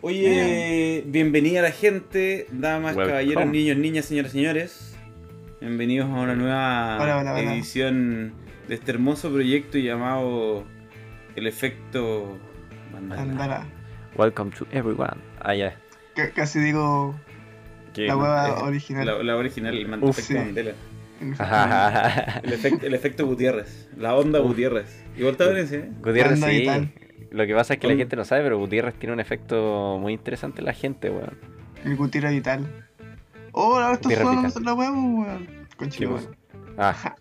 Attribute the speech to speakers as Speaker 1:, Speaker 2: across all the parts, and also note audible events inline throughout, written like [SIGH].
Speaker 1: Oye, bienvenida a la gente, damas,
Speaker 2: Welcome.
Speaker 1: caballeros, niños, niñas, señoras, señores. Bienvenidos a una nueva
Speaker 3: Hola, hola, hola.
Speaker 1: edición de este hermoso proyecto llamado El Efecto Mandala.
Speaker 3: Andara.
Speaker 2: Welcome to everyone. Ah, ya.
Speaker 3: C- casi digo
Speaker 2: Que-
Speaker 3: la hueva
Speaker 1: eh,
Speaker 3: original.
Speaker 1: La, la original, el
Speaker 2: Uf,
Speaker 1: efecto
Speaker 3: sí.
Speaker 1: Mandela.
Speaker 2: [LAUGHS] Ajá.
Speaker 1: El, efect- el efecto Gutiérrez, la onda
Speaker 2: Uf.
Speaker 1: Gutiérrez. Igual está bien, ¿eh?
Speaker 2: [LAUGHS] Gutiérrez
Speaker 3: Banda
Speaker 2: sí.
Speaker 3: vital.
Speaker 2: Lo que pasa es que la
Speaker 1: Con-
Speaker 2: gente no sabe, pero Gutiérrez tiene un efecto muy interesante en la gente, weón.
Speaker 3: El Gutiérrez vital. Oh, ahora estos
Speaker 2: Gutiérrez
Speaker 3: son
Speaker 2: vital.
Speaker 3: la hueva, weón.
Speaker 2: Sí,
Speaker 3: Conchito.
Speaker 2: pues.
Speaker 1: [LAUGHS]
Speaker 2: Ah.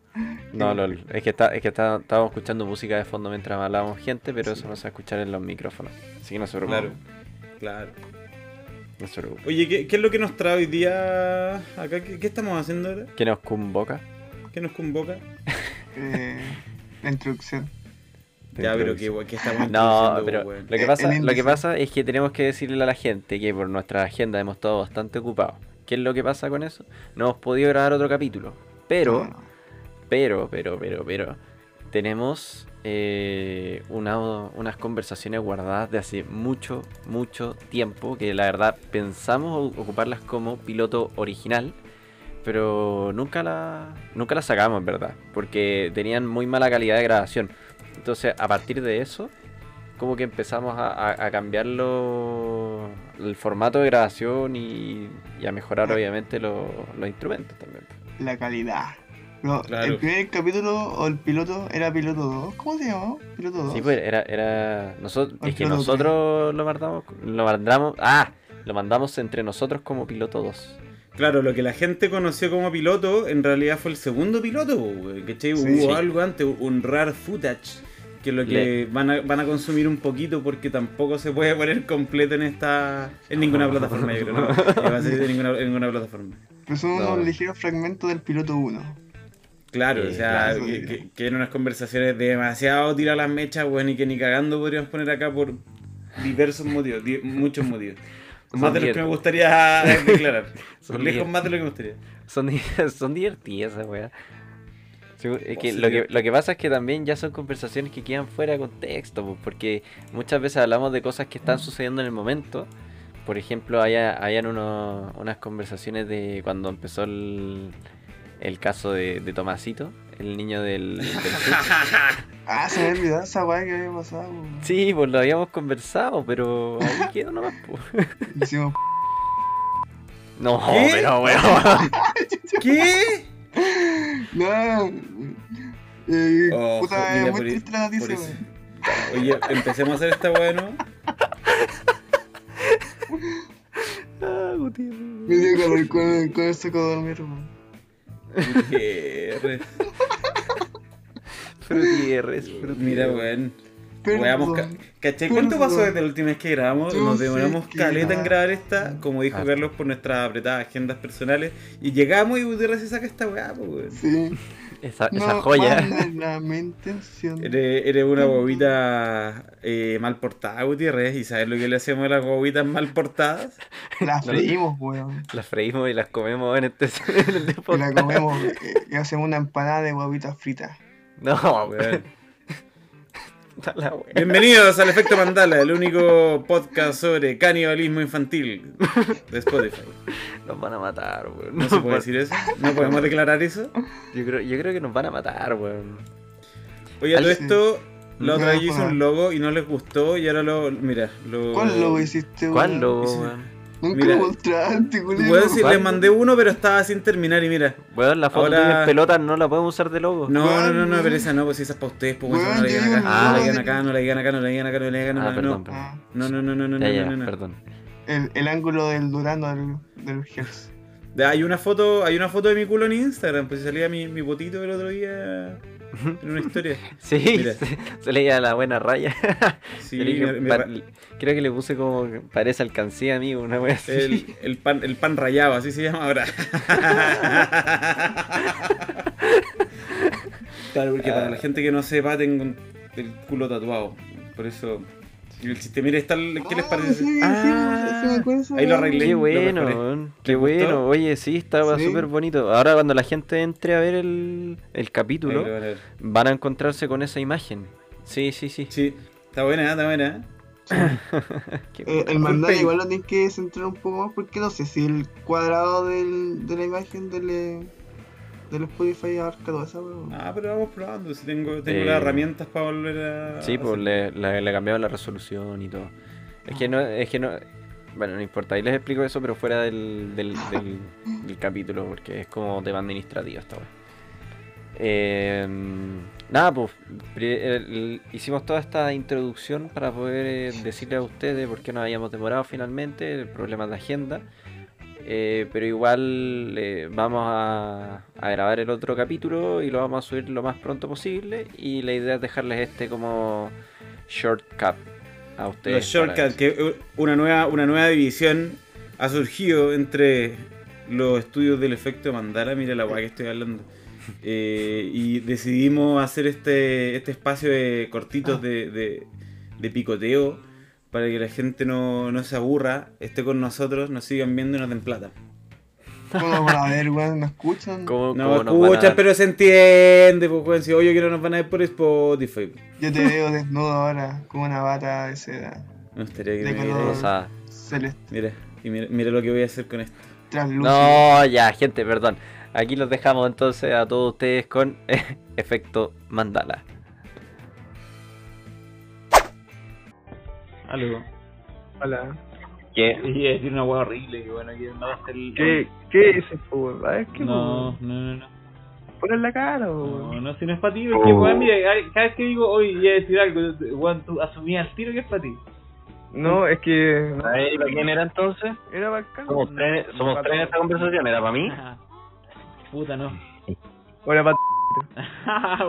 Speaker 2: No, lol. Es que, está, es que está, estábamos escuchando música de fondo mientras hablábamos gente, pero eso no se va a escuchar en los micrófonos. Así que no se
Speaker 1: Claro,
Speaker 2: preocupen.
Speaker 1: claro.
Speaker 2: No se preocupen.
Speaker 1: Oye, ¿qué, qué es lo que nos trae hoy día acá? ¿Qué, qué estamos haciendo ahora?
Speaker 2: ¿Qué nos convoca?
Speaker 1: ¿Qué nos convoca?
Speaker 3: Eh, la introducción.
Speaker 1: Ya, pero que, que estamos
Speaker 2: [LAUGHS] No,
Speaker 1: introduciendo,
Speaker 2: pero
Speaker 1: weón.
Speaker 2: lo que,
Speaker 3: El
Speaker 2: pasa, lo que
Speaker 3: índice.
Speaker 2: pasa es que tenemos que decirle a la gente que por nuestra agenda hemos estado bastante ocupados. ¿Qué es lo que pasa con eso? No hemos podido grabar otro capítulo. [LAUGHS] Pero,
Speaker 3: Bueno,
Speaker 2: pero, pero, pero, pero, tenemos eh, una- unas conversaciones guardadas de hace mucho, mucho tiempo que la verdad pensamos o- ocuparlas como piloto original. Pero nunca la, nunca la sacamos, en verdad. Porque tenían muy mala calidad de grabación. Entonces, a partir de eso, como que empezamos a, a- a cambiar lo- el formato de grabación y, y a mejorar, obviamente, lo- los instrumentos también.
Speaker 3: la calidad. No,
Speaker 1: Claro.
Speaker 3: El primer capítulo o el piloto era piloto 2. ¿Cómo se llamaba? Piloto 2.
Speaker 2: Sí, pues era, era nosotros, es que
Speaker 3: Otro
Speaker 2: nosotros lo mandamos, lo mandamos, ah, lo mandamos entre nosotros como piloto 2.
Speaker 1: Claro, lo que la gente conoció como piloto en realidad fue el segundo piloto, weón, ¿cachai?
Speaker 3: Sí.
Speaker 1: Hubo
Speaker 2: Sí.
Speaker 1: algo antes, un rare footage, que es lo que
Speaker 2: Le-
Speaker 1: van, a, van a consumir un poquito porque tampoco se puede poner completo en esta. en ninguna plataforma, yo creo, ¿no? Eh, Va a salir de ninguna, en ninguna plataforma.
Speaker 3: Pero son
Speaker 2: No.
Speaker 3: unos ligeros fragmentos del piloto 1.
Speaker 1: Claro,
Speaker 2: Sí,
Speaker 1: o sea,
Speaker 3: claro.
Speaker 1: que, que- que eran unas conversaciones demasiado tirar las mechas, weón, y que ni cagando podríamos poner acá por diversos motivos, di- muchos motivos.
Speaker 2: Son
Speaker 1: Más de los que
Speaker 2: diez.
Speaker 1: me gustaría declarar.
Speaker 2: [LAUGHS] Son
Speaker 1: Por lejos
Speaker 2: diez.
Speaker 1: más de lo que me gustaría. [LAUGHS]
Speaker 2: Son, di- [LAUGHS] son divertidas esas weas. Sí, es que
Speaker 1: sí,
Speaker 2: lo, que,
Speaker 1: divertido.
Speaker 2: lo que pasa es que también ya son conversaciones que quedan fuera de contexto, pues, porque muchas veces hablamos de cosas que están sucediendo en el momento. Por ejemplo, había, habían uno- unas conversaciones de cuando empezó el, el caso de, de Tomasito, el niño del, del sur.
Speaker 3: Ah, se me había olvidado esa weá que había pasado.
Speaker 2: [LAUGHS]
Speaker 3: weón.
Speaker 2: Sí, pues lo habíamos conversado, pero
Speaker 1: [LAUGHS]
Speaker 2: ahí quedó nomás. pues. po.
Speaker 3: Hicimos
Speaker 2: No,
Speaker 1: ¿Qué?
Speaker 2: pero weón.
Speaker 1: ¿Qué?
Speaker 3: No. Eh,
Speaker 1: Oh,
Speaker 3: puta,
Speaker 1: mira,
Speaker 3: es muy
Speaker 1: por
Speaker 3: triste
Speaker 1: eso-
Speaker 3: la
Speaker 1: por
Speaker 3: noticia,
Speaker 1: eso.
Speaker 3: weón.
Speaker 1: Oye, empecemos a hacer esta weá, ¿no?
Speaker 2: Ah, Gutiérrez.
Speaker 3: Me dio calor con, con el saco de dormir, weón.
Speaker 1: Gutiérrez.
Speaker 2: Frutierres, frutierres.
Speaker 1: Mira, weón. Weamos ca-
Speaker 3: Perdón.
Speaker 1: ¿Cachai? ¿Cuánto pasó
Speaker 3: Perdón.
Speaker 1: desde la última vez que grabamos?
Speaker 3: Yo
Speaker 1: Nos
Speaker 3: sé
Speaker 1: demoramos
Speaker 3: que-
Speaker 1: caleta en grabar esta, como dijo
Speaker 2: Ah.
Speaker 1: Carlos, por nuestras apretadas agendas personales. Y llegamos y Gutiérrez se saca esta weá, po, weón.
Speaker 3: Sí.
Speaker 2: Esa,
Speaker 3: No,
Speaker 2: esa joya.
Speaker 3: mala era
Speaker 1: [LAUGHS]
Speaker 3: mi intención.
Speaker 1: Eres, eres una guaguita eh, mal portada, Gutiérrez, y sabes lo que le hacemos a las guaguitas mal portadas.
Speaker 3: La
Speaker 2: No.
Speaker 3: freímos, weón.
Speaker 2: [LAUGHS] Las freímos y las comemos en este [LAUGHS] en el
Speaker 3: Y
Speaker 2: deporte.
Speaker 3: la comemos eh, y hacemos una empanada de guavitas fritas.
Speaker 2: No,
Speaker 1: Weón.
Speaker 2: weón. Está la weón.
Speaker 1: Bienvenidos al Efecto Mandala, el único podcast sobre canibalismo infantil de Spotify.
Speaker 2: Nos van a matar, weón.
Speaker 1: ¿No
Speaker 2: Nos
Speaker 1: se
Speaker 2: van- [LAUGHS]
Speaker 1: puede decir eso? ¿No podemos declarar eso?
Speaker 2: Yo creo, yo creo que nos van a matar, weón.
Speaker 1: Oye, a todo
Speaker 3: Ay,
Speaker 1: esto, la otra vez yo
Speaker 3: No,
Speaker 1: hice un logo y no les gustó y ahora lo... Mira, lo...
Speaker 3: ¿Cuál logo hiciste, weón?
Speaker 2: ¿Cuál logo,
Speaker 1: ese-
Speaker 2: Oh, weón?
Speaker 3: Nunca
Speaker 1: Mira.
Speaker 3: lo mostraste, culiao.
Speaker 1: Weón, sí,
Speaker 2: ¿Cuál?
Speaker 1: les mandé uno pero estaba sin terminar y mira.
Speaker 2: Weón, la foto
Speaker 1: Ahora-
Speaker 2: de las pelotas no la podemos usar de logo.
Speaker 1: No, no,
Speaker 3: ¿Cuál?
Speaker 1: no, no, pero esa no, pues esa es para ustedes, pues
Speaker 3: Weón,
Speaker 1: esa no la
Speaker 3: yo
Speaker 1: digan
Speaker 3: digo,
Speaker 1: acá, no la
Speaker 2: no,
Speaker 1: digan
Speaker 3: sí.
Speaker 1: acá, no la digan acá, no la digan acá, no la digan
Speaker 2: Ah,
Speaker 1: acá, no,
Speaker 2: perdón,
Speaker 1: no.
Speaker 3: Ah,
Speaker 2: perdón.
Speaker 1: No, no, no, no, no,
Speaker 2: Ya,
Speaker 1: no,
Speaker 2: ya,
Speaker 1: no, no.
Speaker 2: perdón. [LAUGHS]
Speaker 3: el, el ángulo del Durano del, del Hertz.
Speaker 1: Hay una foto, hay una foto de mi culo en Instagram, pues salía mi, mi potito el otro día en una
Speaker 2: [LAUGHS]
Speaker 1: historia.
Speaker 2: Sí,
Speaker 1: Mira.
Speaker 2: se, se leía la buena raya.
Speaker 1: Sí,
Speaker 2: Yo [LAUGHS] le dije,
Speaker 1: me- me-
Speaker 2: pa- creo que le puse como que parece alcancía, amigo, una wea así.
Speaker 1: el, el pan, el pan rayado, así se llama
Speaker 2: [LAUGHS]
Speaker 1: ahora. claro, porque
Speaker 2: Ah.
Speaker 1: para la gente que no sepa, tengo un- el culo tatuado. Por eso. El sistema, mira, está el- ¿qué les
Speaker 3: Ah,
Speaker 1: parece?
Speaker 3: sí, sí,
Speaker 1: Ah,
Speaker 3: sí, me acuerdo esa
Speaker 1: ahí lo
Speaker 3: weá.
Speaker 1: arreglé.
Speaker 2: Qué
Speaker 1: lo
Speaker 2: bueno,
Speaker 1: mejoré.
Speaker 2: weón, qué
Speaker 1: ¿Te gustó?
Speaker 2: bueno. Oye, sí, estaba
Speaker 3: Sí.
Speaker 2: súper bonito. Ahora cuando la gente entre a ver el, el
Speaker 1: Ahí lo
Speaker 2: capítulo,
Speaker 1: van a ver.
Speaker 2: van a encontrarse con esa imagen. Sí, sí, sí.
Speaker 1: Sí, está buena, está buena.
Speaker 2: Qué
Speaker 3: Eh, el
Speaker 2: bueno.
Speaker 3: mandala igual lo tienes que centrar un poco más porque no sé si el cuadrado del, de la imagen del, eh, del Spotify abarca toda esa weón.
Speaker 1: Ah, pero vamos probando. Si tengo, tengo
Speaker 2: Eh,
Speaker 1: las herramientas para volver a.
Speaker 2: Sí, pues
Speaker 1: hacer-
Speaker 2: le, le, le cambiaron la resolución y todo. Es que no, es que no. Bueno, no importa, ahí les explico eso, pero fuera del, del, del, del capítulo, porque es como tema administrativo esta wea. Eh, nada, pues pri- el- hicimos toda esta introducción para poder eh, decirle a ustedes por qué nos habíamos demorado finalmente, el problema de agenda. Eh, pero igual eh, vamos a, a grabar el otro capítulo y lo vamos a subir lo más pronto posible. Y la idea es dejarles este como shortcut a ustedes.
Speaker 1: Los shortcuts,
Speaker 2: para-
Speaker 1: que eh, una nueva, una nueva división ha surgido entre los estudios del efecto mandala, mira la weá que estoy
Speaker 2: [LAUGHS]
Speaker 1: hablando. Eh, y decidimos hacer este, este espacio de
Speaker 2: Ah.
Speaker 1: cortitos de, de- de picoteo para que la gente no, no se aburra, esté con nosotros, nos sigan viendo y nos den plata. Ah.
Speaker 3: ¿Cómo lo van a ver, weón?
Speaker 1: [LAUGHS]
Speaker 3: ¿No escuchan?
Speaker 2: ¿Cómo-
Speaker 1: No
Speaker 2: Oh, cómo nos van a
Speaker 1: escuchan,
Speaker 2: dar?
Speaker 1: pero se entiende, pues, weón, si hoy que no nos van a ver por Spotify.
Speaker 3: Yo te veo desnudo ahora, con una bata de seda
Speaker 1: Me gustaría que
Speaker 3: De
Speaker 1: me
Speaker 3: color.
Speaker 1: vieras.
Speaker 2: O sea,
Speaker 3: celeste
Speaker 1: Mira, y mira, mira lo que voy a hacer con esto.
Speaker 3: translúcido.
Speaker 2: No, ya, gente, perdón. Aquí los dejamos entonces a todos ustedes con [LAUGHS] efecto mandala.
Speaker 4: Algo.
Speaker 5: Hola.
Speaker 2: ¿Qué?
Speaker 4: Iba a decir una hueá horrible y bueno, que no va a ser el.
Speaker 5: ¿Qué, qué es eso? ¿Sabes qué?
Speaker 4: No, no, no, no.
Speaker 5: Poner la cara,
Speaker 4: No,
Speaker 5: weón.
Speaker 4: no, si no es para ti, es que
Speaker 6: Oh.
Speaker 4: weón, mira, cada vez que digo hoy voy a decir algo, weón, tú asumías al tiro que es para ti.
Speaker 5: No, es que. no,
Speaker 6: A ver, ¿para quién era entonces?
Speaker 5: Era bacán.
Speaker 6: Somos tres, somos tres en esta conversación, ¿era para mí?
Speaker 4: Ajá. Puta, no.
Speaker 5: Ahora pa-
Speaker 6: [LAUGHS]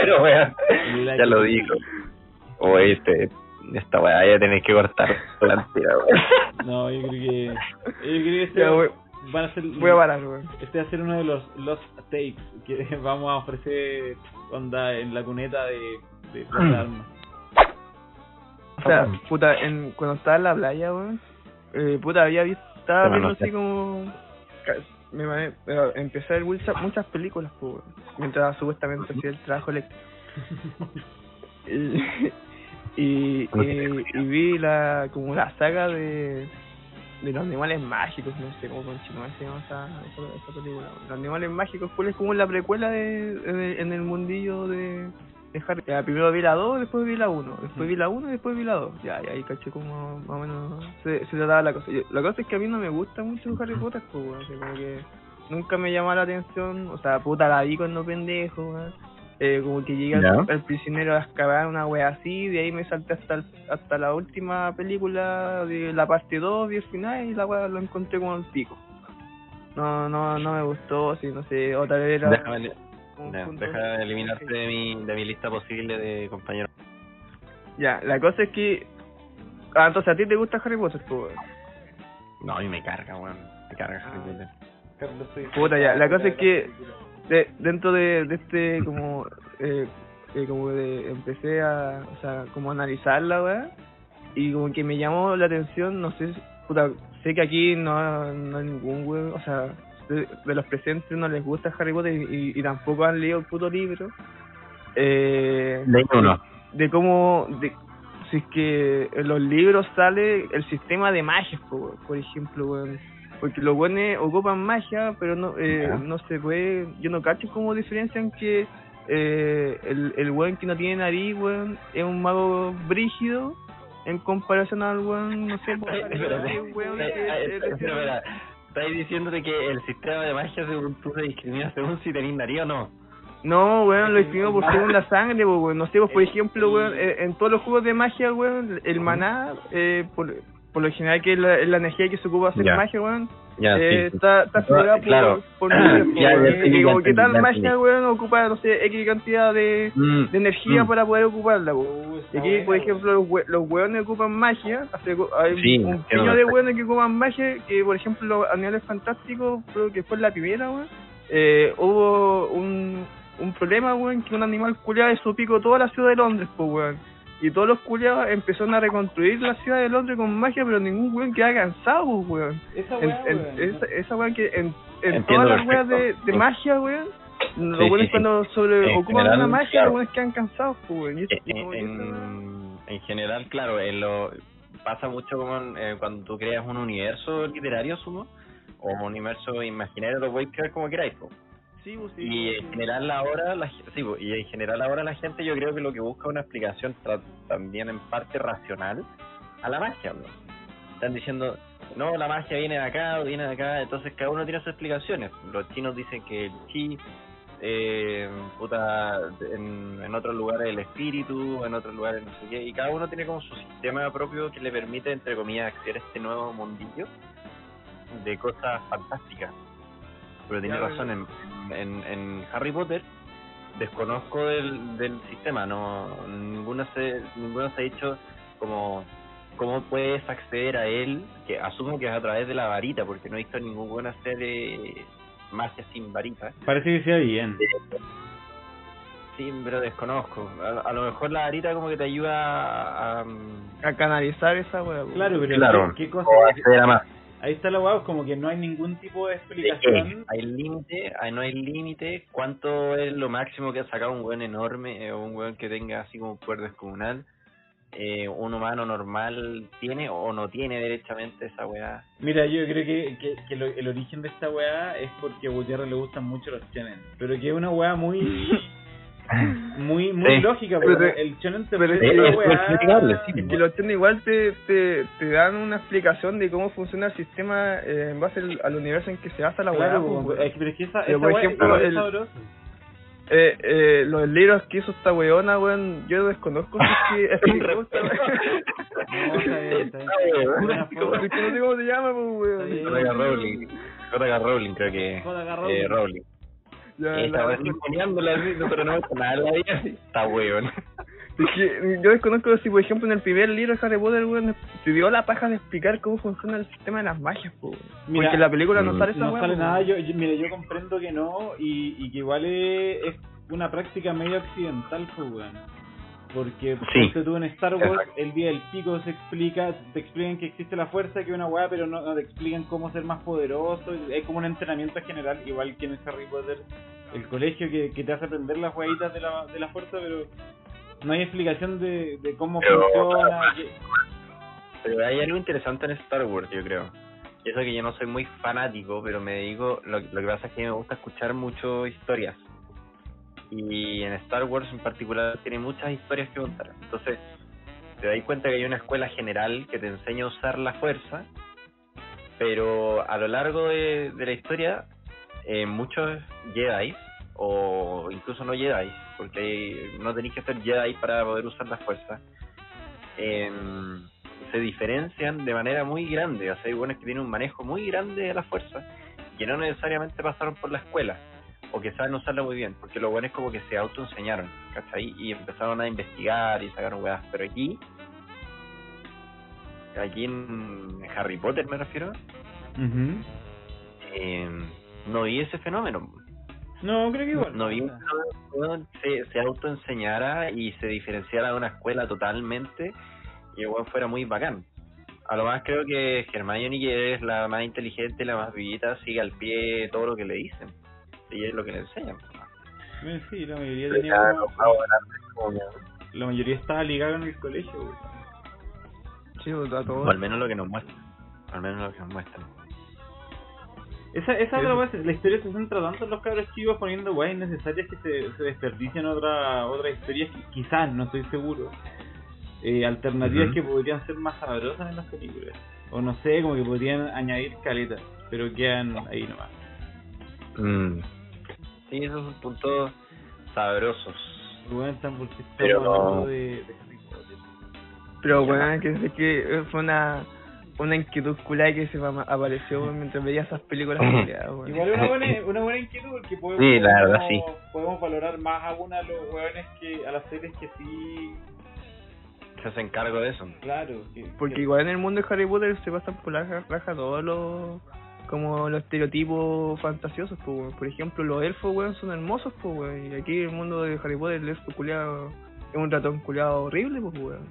Speaker 6: Pero weón, ya lo digo. O este, esta weá ya tenéis que
Speaker 1: [LAUGHS]
Speaker 6: cortar la tira, weón.
Speaker 4: No, yo creo que. Yo creo que este
Speaker 5: Ya, voy,
Speaker 4: van a ser.
Speaker 5: voy a parar, weón.
Speaker 4: Este va a ser uno de los los takes que [LAUGHS] vamos a ofrecer onda en la cuneta de. de Plaza Armas.
Speaker 5: O sea, puta, en, cuando estaba en la playa, weón, eh, puta, había visto, estaba
Speaker 6: Pero
Speaker 5: viendo
Speaker 6: no sé.
Speaker 5: así como... ca- Me, mané- eh, empecé a ver muchas, muchas películas, pues, weón, mientras supuestamente hacía el
Speaker 3: [LAUGHS]
Speaker 5: trabajo eléctrico. y, y, y, y vi la como la saga de de los animales mágicos, no sé cómo continúa se llama esa, esa, esa película. weón. Los animales mágicos, cuál es como la precuela de, de- en el mundillo de, de Harry. Ya, eh, primero vi la 2, después vi la 1,
Speaker 6: Mm.
Speaker 5: después vi la 1 y después vi la 2. Ya, y ahí caché como más o menos se, se trataba la cosa. Yo- la cosa es que a mí no me gusta mucho Harry Potter, pues, weón, así como que nunca me llamó la atención, o sea, puta la vi cuando pendejo, weón. Eh, como que llegué al,
Speaker 6: Ya.
Speaker 5: al prisionero a excavar una wea así, de ahí me salté hasta el- hasta la última película de la parte 2, vi el final y la wea lo encontré como el pico. No, no, no me gustó, sí, no sé, o tal vez era
Speaker 6: Déjame,
Speaker 5: un
Speaker 6: ya,
Speaker 5: punto-
Speaker 6: deja de eliminarte de mi, de mi lista posible de compañeros.
Speaker 5: Ya, la cosa es que... Ah, entonces a ti te gusta Harry Potter, pues. weón?
Speaker 6: No, y me carga, weón. Me
Speaker 5: Ah.
Speaker 6: carga Harry Potter.
Speaker 4: Carlos, estoy-
Speaker 5: Puta, ya, la cosa es que- de, dentro de, de este como eh, eh, como de empecé a o sea como a analizarla weá, y como que me llamó la atención no sé si- puta, sé que aquí no, no hay ningún weón o sea de, de los presentes no les gusta Harry Potter y, y- y tampoco han leído el puto libro eh,
Speaker 6: De uno.
Speaker 5: de cómo de, si es que en los libros sale el sistema de magias po, weón, por ejemplo weón. porque los buenos ocupan magia pero no eh,
Speaker 6: Ya.
Speaker 5: no se puede yo no cacho cómo diferencian que eh, el el buen que no tiene nariz weón, es un mago brígido en comparación al buen no sé po, que [LAUGHS] es un weón que- que recibe-
Speaker 6: Estáis diciéndote que el sistema de magia según tú se discrimina según si tenéis nariz o no.
Speaker 5: No, weón, lo distinguimos por según la sangre, po, weón. No sé, pues, por ejemplo, weón, eh, en todos los juegos de magia, weón, el maná, eh, por, por lo general, que es la, es la energía que se ocupa hacer
Speaker 6: Ya.
Speaker 5: magia, weón,
Speaker 6: Ya,
Speaker 5: eh,
Speaker 6: sí, sí.
Speaker 5: está, está figurada
Speaker 6: claro. Ah,
Speaker 5: por, por números, po,
Speaker 6: Ya, ya
Speaker 5: weón.
Speaker 6: entendí,
Speaker 5: Y
Speaker 6: ya
Speaker 5: como que
Speaker 6: entendí,
Speaker 5: tal
Speaker 6: ya
Speaker 5: magia,
Speaker 6: entendí.
Speaker 5: weón, ocupa, no sé, X cantidad de,
Speaker 6: Mm.
Speaker 5: de energía
Speaker 6: Mm.
Speaker 5: para poder ocuparla, po.
Speaker 4: Uh, esa
Speaker 5: Y aquí, por
Speaker 4: buena,
Speaker 5: ejemplo, los, hue- los hueones ocupan magia. hace co- hay
Speaker 6: Sí,
Speaker 5: un
Speaker 6: entiendo
Speaker 5: piño de
Speaker 6: perfecto.
Speaker 5: hueones que ocupan magia. Que, por ejemplo, los animales fantásticos, creo que fue la primera, weón. Eh, hubo un, un problema, weón, que un animal culiado desopico toda la ciudad de Londres, pues, weón. Y todos los culiados empezaron a reconstruir la ciudad de Londres con magia, pero ningún weón quedaba cansado, pues, weón.
Speaker 4: Esa
Speaker 5: En-
Speaker 4: weá,
Speaker 5: en-
Speaker 4: weón.
Speaker 5: esa, esa weón que en, en
Speaker 6: Entiendo
Speaker 5: todas las weas
Speaker 6: perfecto.
Speaker 5: de, de
Speaker 6: Sí.
Speaker 5: magia, weón. Los
Speaker 6: Sí,
Speaker 5: weones
Speaker 6: sí, sí.
Speaker 5: cuando sobre
Speaker 6: En
Speaker 5: ocupan una
Speaker 6: general,
Speaker 5: magia,
Speaker 6: claro.
Speaker 5: los weones quedan cansados, pues, weón. Y, eso- y
Speaker 6: Eh, en,
Speaker 5: como que esa weá-
Speaker 6: en, en general, claro, en lo, pasa mucho con, eh, cuando tú creas un universo literario, sumo, o un universo imaginario, lo podéis crear como queráis, po.
Speaker 5: Sí, pues, sí.
Speaker 6: Y en general ahora, la, ge- sí, po, y en general ahora la gente yo creo que lo que busca es una explicación tra- también en parte racional a la magia, ¿no? Están diciendo, no, la magia viene de acá, viene de acá, entonces cada uno tiene sus explicaciones. Los chinos dicen que el chi, eh, puta, en, en otros lugares el espíritu, en otros lugares no sé qué, y cada uno tiene como su sistema propio que le permite, entre comillas, acceder a este nuevo mundillo de cosas fantásticas. Pero tiene
Speaker 5: Ya,
Speaker 6: razón, en, en, en Harry Potter desconozco del, del sistema, no ninguno se, ninguno se ha dicho como cómo puedes acceder a él, que asumo que es a través de la varita, porque no he visto ninguna hacer eh, magia sin varita.
Speaker 4: [CLEARS THROAT] Parece que sea bien.
Speaker 6: Sí, pero desconozco. A, a lo mejor la varita como que te ayuda a... a, mm,
Speaker 5: A canalizar esa weá. po.
Speaker 4: Claro, pero
Speaker 6: Claro.
Speaker 4: ¿qué, qué cosa?
Speaker 6: o acceder a más.
Speaker 4: Ahí está la guau, como que no hay ningún tipo de
Speaker 6: ¿De qué?
Speaker 4: explicación.
Speaker 6: Hay límite, hay- no hay límite. ¿Cuánto es lo máximo que ha sacado un buen enorme eh, o un buen que tenga así como un poder descomunal? Eh, ¿Un humano normal tiene o no tiene derechamente esa weá?
Speaker 4: Mira, yo creo que, que, que lo- el origen de esta weá es porque a Gutiérrez le gustan mucho los shonen. Pero que es una weá muy. muy muy
Speaker 6: Sí.
Speaker 4: lógica, porque
Speaker 5: Pero-
Speaker 4: el shonen te
Speaker 5: pero
Speaker 4: ofrece
Speaker 5: es-
Speaker 4: una
Speaker 5: es-
Speaker 6: es innegable, sí.
Speaker 5: Y los chinos igual te, te, te dan una explicación de cómo funciona el sistema eh, en base al, al universo en que se basa la weá.
Speaker 4: Claro,
Speaker 5: po,
Speaker 4: como-
Speaker 5: weón.
Speaker 4: pues, es que- pero es que esa,
Speaker 5: Pero,
Speaker 4: esa
Speaker 5: por
Speaker 4: weá
Speaker 5: ejemplo,
Speaker 4: igual es
Speaker 5: el-
Speaker 4: sabrosa.
Speaker 5: Eh, eh, los libros que hizo esta weona, weón, yo desconozco si
Speaker 4: [LAUGHS]
Speaker 5: es que explicó esta weá.
Speaker 4: No, está bien, está bien. Una forma-
Speaker 5: Porque no sé cómo se llama, pues,
Speaker 4: Está
Speaker 5: weón.
Speaker 4: bien.
Speaker 6: J.K. Rowling. J.K. Rowling creo que es.
Speaker 4: Joda, agarra
Speaker 6: Eh,
Speaker 4: un-
Speaker 6: Rowling.
Speaker 5: Ya,
Speaker 6: Eh,
Speaker 5: la-
Speaker 6: Estaba así poniéndola así, no, pero no me gusta nada la vida. Está weón.
Speaker 5: Es que yo desconozco si, por ejemplo, en el primer libro de Harry Potter, weón, se dio la paja de explicar cómo funciona el sistema de las magias, po, weón.
Speaker 4: Mira,
Speaker 5: Porque en la película no
Speaker 6: mm,
Speaker 5: sale esa
Speaker 4: no
Speaker 5: weá,
Speaker 4: sale
Speaker 5: po,
Speaker 4: nada.
Speaker 5: weón.
Speaker 4: Yo, yo- mira, yo comprendo que no y, y que igual es, es una práctica medio accidental, pues, weón. Porque
Speaker 6: Sí.
Speaker 4: ponte tú en Star Wars,
Speaker 6: Exacto.
Speaker 4: el día del pico se explica, te explican que existe la fuerza, que es una weá, pero no, no te explican cómo ser más poderoso. Es como un entrenamiento general, igual que en el Harry Potter, el colegio que, que te hace aprender las jueguitas de la, de la fuerza, pero no hay explicación de, de cómo
Speaker 6: Pero,
Speaker 4: funciona.
Speaker 6: claro,
Speaker 4: que-
Speaker 6: Pero hay algo interesante en Star Wars, yo creo. Y eso que yo no soy muy fanático, pero me digo, lo, lo que pasa es que me gusta escuchar mucho historias. Y en Star Wars en particular tiene muchas historias que contar. Entonces, te das cuenta que hay una escuela general que te enseña a usar la fuerza, pero a lo largo de, de la historia, eh, muchos Jedi, o incluso no Jedi, porque no tenéis que ser Jedi para poder usar la fuerza, em, se diferencian de manera muy grande. O sea, hay buenos que tienen un manejo muy grande de la fuerza que no necesariamente pasaron por la escuela o que saben usarla muy bien, porque lo bueno es como que se autoenseñaron, ¿cachai? Y empezaron a investigar y sacaron huevas. Pero aquí, aquí en Harry Potter me refiero, em, no vi ese fenómeno.
Speaker 4: No, creo que igual.
Speaker 6: No vi un weón se, se autoenseñara y se diferenciara de una escuela totalmente y el weón fuera muy bacán. A lo más creo que Hermione, que es la más inteligente, la más vivita, sigue al pie todo lo que le dicen. Y es lo que le enseñan.
Speaker 4: Bueno, Sí, la mayoría
Speaker 6: Pero
Speaker 4: tenía
Speaker 6: ya,
Speaker 4: como-
Speaker 6: los pavos grandes, como que-
Speaker 4: La mayoría estaba ligada en el colegio, güey.
Speaker 5: Sí, pues, po, a todos.
Speaker 6: O al menos lo que nos muestran. Al menos lo que nos muestran.
Speaker 4: Esa, esa otra cosa, la historia se centra tanto en los cabros chicos poniendo guay innecesarias que se, se desperdician otra, otras historias que quizás, no estoy seguro, eh, alternativas
Speaker 6: Ujú.
Speaker 4: que podrían ser más sabrosas en las películas. O no sé, como que podrían añadir caletas, pero quedan ahí nomás.
Speaker 6: Mm. Sí, esos son puntos sabrosos.
Speaker 4: Rubén están porque estamos
Speaker 6: Pero no.
Speaker 4: hablando de, de Harry Potter.
Speaker 5: Pero, weón, que sé que eh, fue una, una inquietud culada que se me ama- apareció weón, mientras veía esas
Speaker 6: [CLEARS THROAT]
Speaker 5: películas culiadas, weón.
Speaker 4: Igual es una buena, una buena inquietud porque podemos,
Speaker 6: Sí, la verdad, sí.
Speaker 4: podemos valorar más aún a los hueones que a las series que sí,
Speaker 6: Se hacen cargo de eso.
Speaker 4: claro. que-
Speaker 5: Porque
Speaker 4: que-
Speaker 5: igual en el mundo de Harry Potter se pasan por la ra- raja todos los como los estereotipos fantasiosos, pues, weón. por ejemplo, los elfos, weón, son hermosos, pues, weón. y aquí en el mundo de Harry Potter el elfo culiado es un ratón culiado horrible, pues, weón.